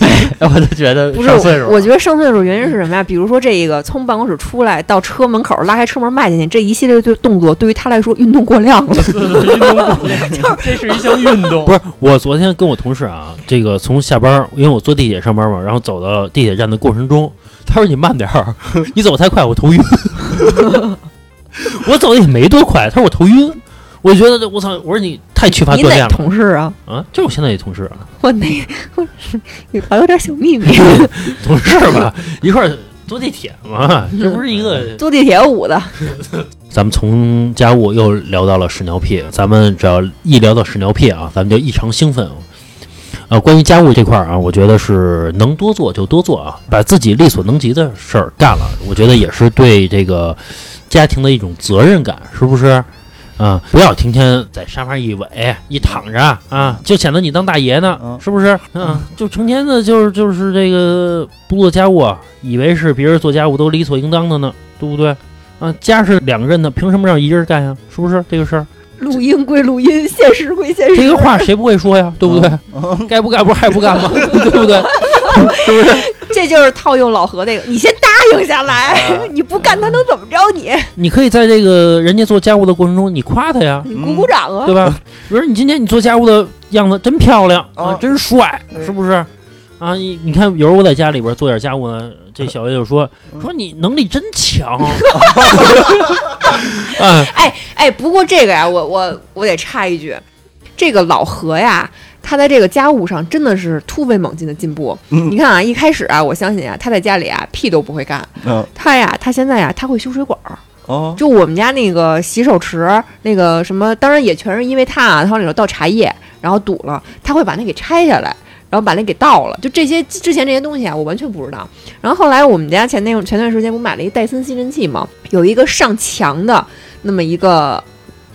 S3: 哎我就觉得
S4: 不是
S3: 上岁数，
S4: 我，我觉得上岁数原因是什么呀？比如说这个从办公室出来到车门口拉开车门迈进去，这一系列的动作对于他来说运动过 量了。
S3: 运动不良这是一项运动，
S1: 不是，我昨天跟我同事啊，这个从下班儿，因为我坐地铁上班嘛，然后走到地铁站的过程中，他说你慢点 儿，你走太快，我头晕。我走的也没多快，他说我头晕，我觉得我操，我说你太缺乏
S4: 你
S1: 锻炼
S4: 哪
S1: 了
S4: 同事啊？
S1: 啊！就是我现在也同事啊，
S4: 我那我 你还有点小秘密。
S1: 同事吧，一块儿坐地铁嘛，这不是一个。
S4: 坐地铁捂的，
S1: 咱们从家务又聊到了屎尿屁，咱们只要一聊到屎尿屁啊，咱们就异常兴奋啊。呃，关于家务这块儿啊，我觉得是能多做就多做啊，把自己力所能及的事儿干了，我觉得也是对这个家庭的一种责任感，是不是？啊，不要天天在沙发一萎一躺着啊，就显得你当大爷呢
S2: 嗯，
S1: 是不是？啊，就成天的就是就是这个不做家务啊，以为是别人做家务都理所应当的呢，对不对？啊，家是两个人的，凭什么让一人干呀？是不是这个事儿？
S4: 录音归录音，现实归现实。
S1: 这个话谁不会说呀？对不对？
S2: 啊
S1: 该不干不是还不干 吗？对不对？
S4: 这就是套用老何那个，你先答应下
S1: 啊
S4: 来，你不干他能怎么着你？
S1: 你可以在这个人家做家务的过程中，你夸他呀，
S4: 你鼓鼓掌啊！
S1: 对吧？比如说你今天你做家务的样子真漂亮啊，
S2: 啊
S1: 真帅，
S2: 对
S1: 是不是？啊，你你看，有时候我在家里边做点家务呢，这小月就说
S2: 嗯
S1: 说你能力真 强，啊，
S4: 哎，不过这个呀，我我我得插一句，这个老何呀，他在这个家务上真的是突飞猛进的进步。
S2: 嗯
S4: 你看啊，一开始啊，我相信啊，他在家里啊屁都不会干，
S2: 嗯
S4: 他呀，他现在呀，他会修水管儿。
S2: 哦，
S4: 就我们家那个洗手池那个什么，当然也全是因为他啊，他往里头倒茶叶，然后堵了，他会把那给拆下来。然后把那给倒了，就这些之前这些东西啊，我完全不知道。然后后来我们家前那前段时间不买了一戴森吸尘器嘛，有一个上墙的那么一个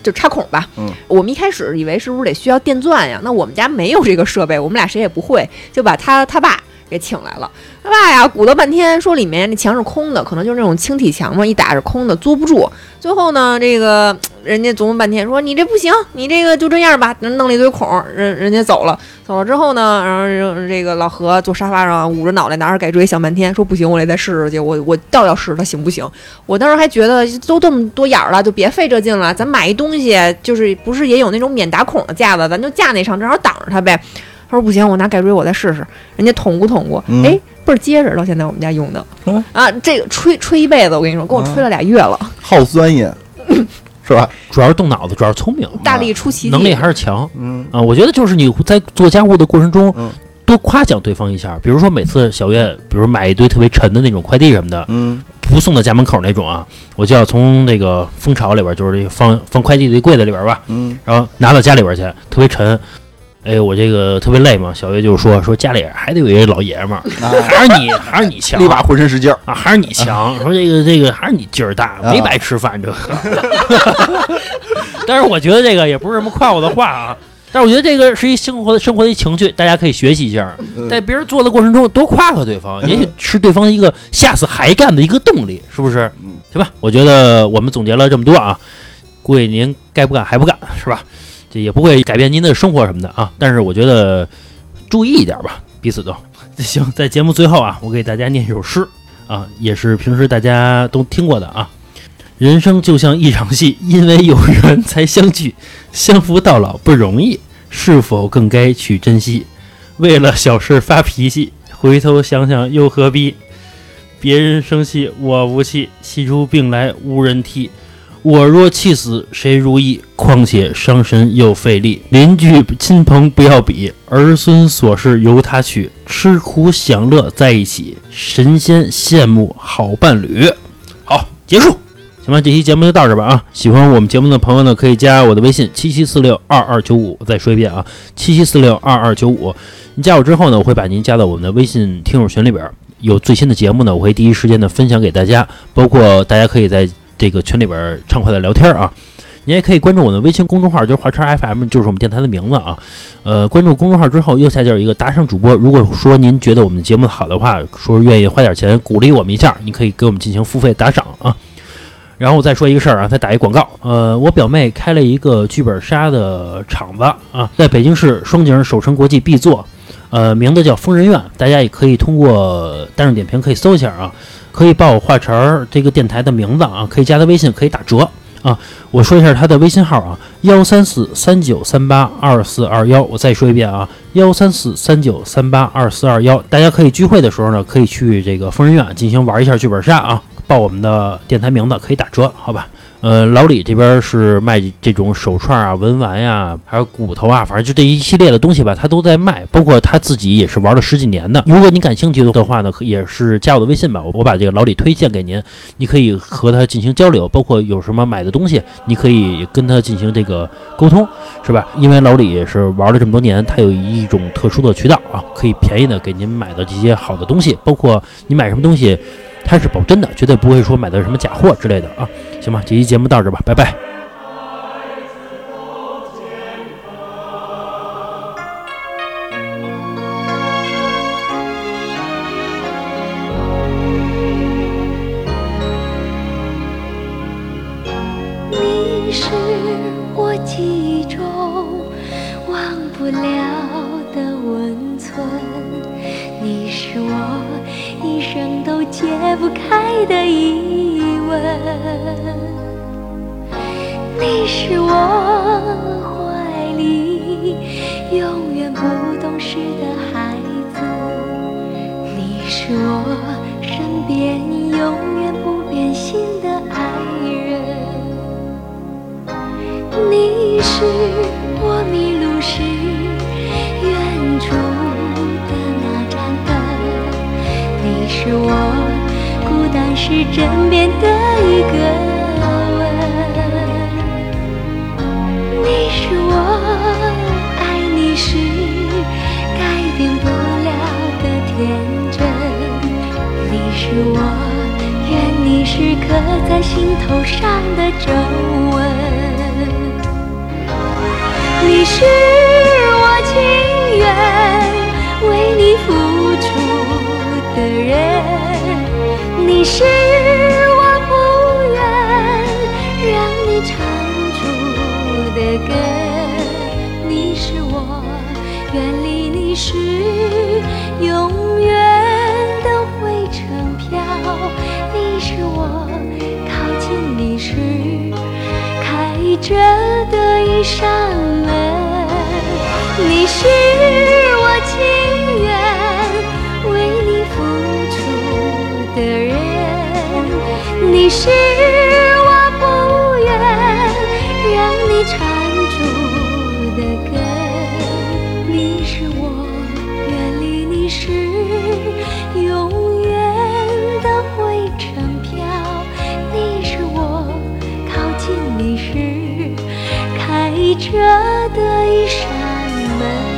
S4: 就插孔吧。
S2: 嗯，
S4: 我们一开始以为是不是得需要电钻呀？那我们家没有这个设备，我们俩谁也不会，就把他他爸给请来了。他爸呀，鼓捣半天，说里面那墙是空的，可能就是那种轻体墙嘛，一打是空的，租不住。最后呢，这个人家琢磨半天，说你这不行，你这个就这样吧，弄了一堆孔，人人家走了，走了之后呢，然后这这个老何坐沙发上捂着脑袋拿着改锥想半天，说不行，我得再试试去，我我倒要试试它行不行。我当时还觉得都这么多眼儿了，就别费这劲了，咱买一东西就是不是也有那种免打孔的架子，咱就架那上，正好挡着它呗。他说不行，我拿改锥我再试试，人家捅咕捅咕，
S2: 嗯
S4: 哎、倍儿结实，到现在我们家用的、
S2: 嗯
S4: 啊，这个吹吹一辈子，我跟你说，给我吹了俩月了。
S2: 好钻 研，是吧？
S1: 主要是动脑子，主要是聪明，
S4: 大力出奇迹，
S1: 能力还是强
S2: 嗯
S1: 啊。我觉得就是你在做家务的过程中
S2: 嗯，
S1: 多夸奖对方一下，比如说每次小月，比如买一堆特别沉的那种快递什么的，
S2: 嗯
S1: 不送到家门口那种啊，我就要从那个蜂巢里边，就是这个放放快递的柜子里边吧，
S2: 嗯
S1: 然后拿到家里边去，特别沉。哎，我这个特别累嘛，小月就说说家里还得有一个老爷们儿，
S2: 啊，
S1: 还是你，还是你强
S2: 立，马浑身是劲儿，
S1: 啊，还是你强。说这个这个还是你劲儿大，
S2: 啊
S1: 没白吃饭这个。 但是我觉得这个也不是什么夸我的话啊，但是我觉得这个是一生活生活的一情趣，大家可以学习一下，
S2: 嗯
S1: 在别人做的过程中多夸夸对方，也许是对方一个下次还干的一个动力，是不是？
S2: 嗯，
S1: 行吧，我觉得我们总结了这么多啊，估计您该不干还不干是吧？这也不会改变您的生活什么的啊，但是我觉得注意一点吧，彼此都 行。在节目最后啊，我给大家念一首诗啊，也是平时大家都听过的啊。人生就像一场戏，因为有缘才相聚，相扶到老不容易，是否更该去珍惜？为了小事发脾气，回头想想又何必？别人生气我无气，气出病来无人替。我若气死谁如意？况且伤神又费力。邻居亲朋不要比，儿孙琐事由他去，吃苦享乐在一起，神仙羡慕好伴侣。好，结束。行吧，这期节目就到这吧啊！喜欢我们节目的朋友呢，可以加我的微信七七四六二二九五。我再说一遍啊，七七四六二二九五。你加我之后呢，我会把您加到我们的微信听友群里边儿，有最新的节目呢，我会第一时间的分享给大家，包括大家可以在这个群里边儿畅快的聊天儿啊。您也可以关注我们的微信公众号，就是华车 FM，就是我们电台的名字啊。呃，关注公众号之后，右下角有一个打赏主播。如果说您觉得我们的节目好的话，说愿意花点钱鼓励我们一下，你可以给我们进行付费打赏啊。然后我再说一个事儿啊，再打一广告。呃，我表妹开了一个剧本杀的厂子啊，在北京市双井首城国际 B 座，呃，名字叫疯人院，大家也可以通过单人点评可以搜一下啊，可以报话茬儿这个电台的名字啊，可以加他微信，可以打折啊。我说一下他的微信号啊，幺三四三九三八二四二幺，我再说一遍啊，幺三四三九三八二四二幺，大家可以聚会的时候呢，可以去这个疯人院进行玩一下剧本杀啊，报我们的电台名字可以打折，好吧？呃，老李这边是卖这种手串啊、文玩呀、还有骨头啊，反正就这一系列的东西吧，他都在卖。包括他自己也是玩了十几年的。如果您感兴趣的话呢，可也是加我的微信吧，我我把这个老李推荐给您，你可以和他进行交流，包括有什么买的东西，你可以跟他进行这个沟通，是吧？因为老李也是玩了这么多年，他有一种特殊的渠道啊，可以便宜的给您买到这些好的东西，包括你买什么东西，他是保真的，绝对不会说买的什么假货之类的啊。行吧，这期节目到这吧，拜拜。
S5: 记中忘不了的温存。你是我一生都解不开的疑问。你是我怀里永远不懂事的孩子，你是我身边永远不变心的爱人，你是我迷路时远处的那盏灯。你是我孤单时枕边的一个吻，你是我爱你时改变不了的天真，你是我愿你时刻在心头上的皱纹。你是我情愿为你付出的人，你是我不愿让你唱出的歌，你是我远离你时永远都会成飘，你是我靠近你时。开着的一扇门。你是我情愿为你付出的人，你是我不愿让你缠住的根，你是我远离你时永远都会成飘，你是我。靠近你时，开着的一扇门。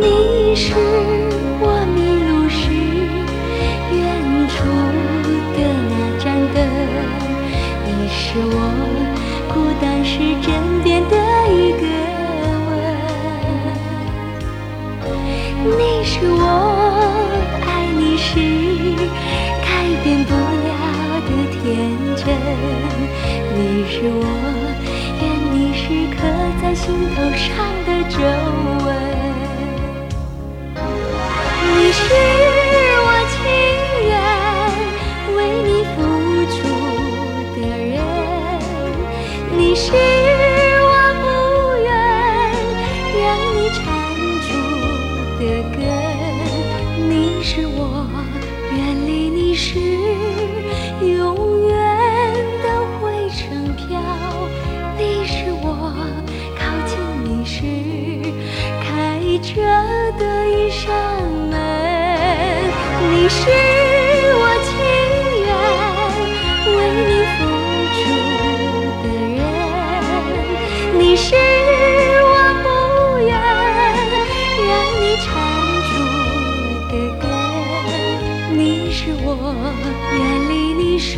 S5: 你是我迷路时远处的那盏灯，你是我孤单时枕边的一个吻，你是我爱你时改变不了的天真，你是我愿你时刻在心头上的皱纹。你是我情愿为你付出的人，你是我不愿让你缠住的根，你是我远离你时永远都会成飘，你是我靠近你时开着的一扇门。你是我情愿为你付出的人，你是我不愿让你缠住的根，你是我远离你时。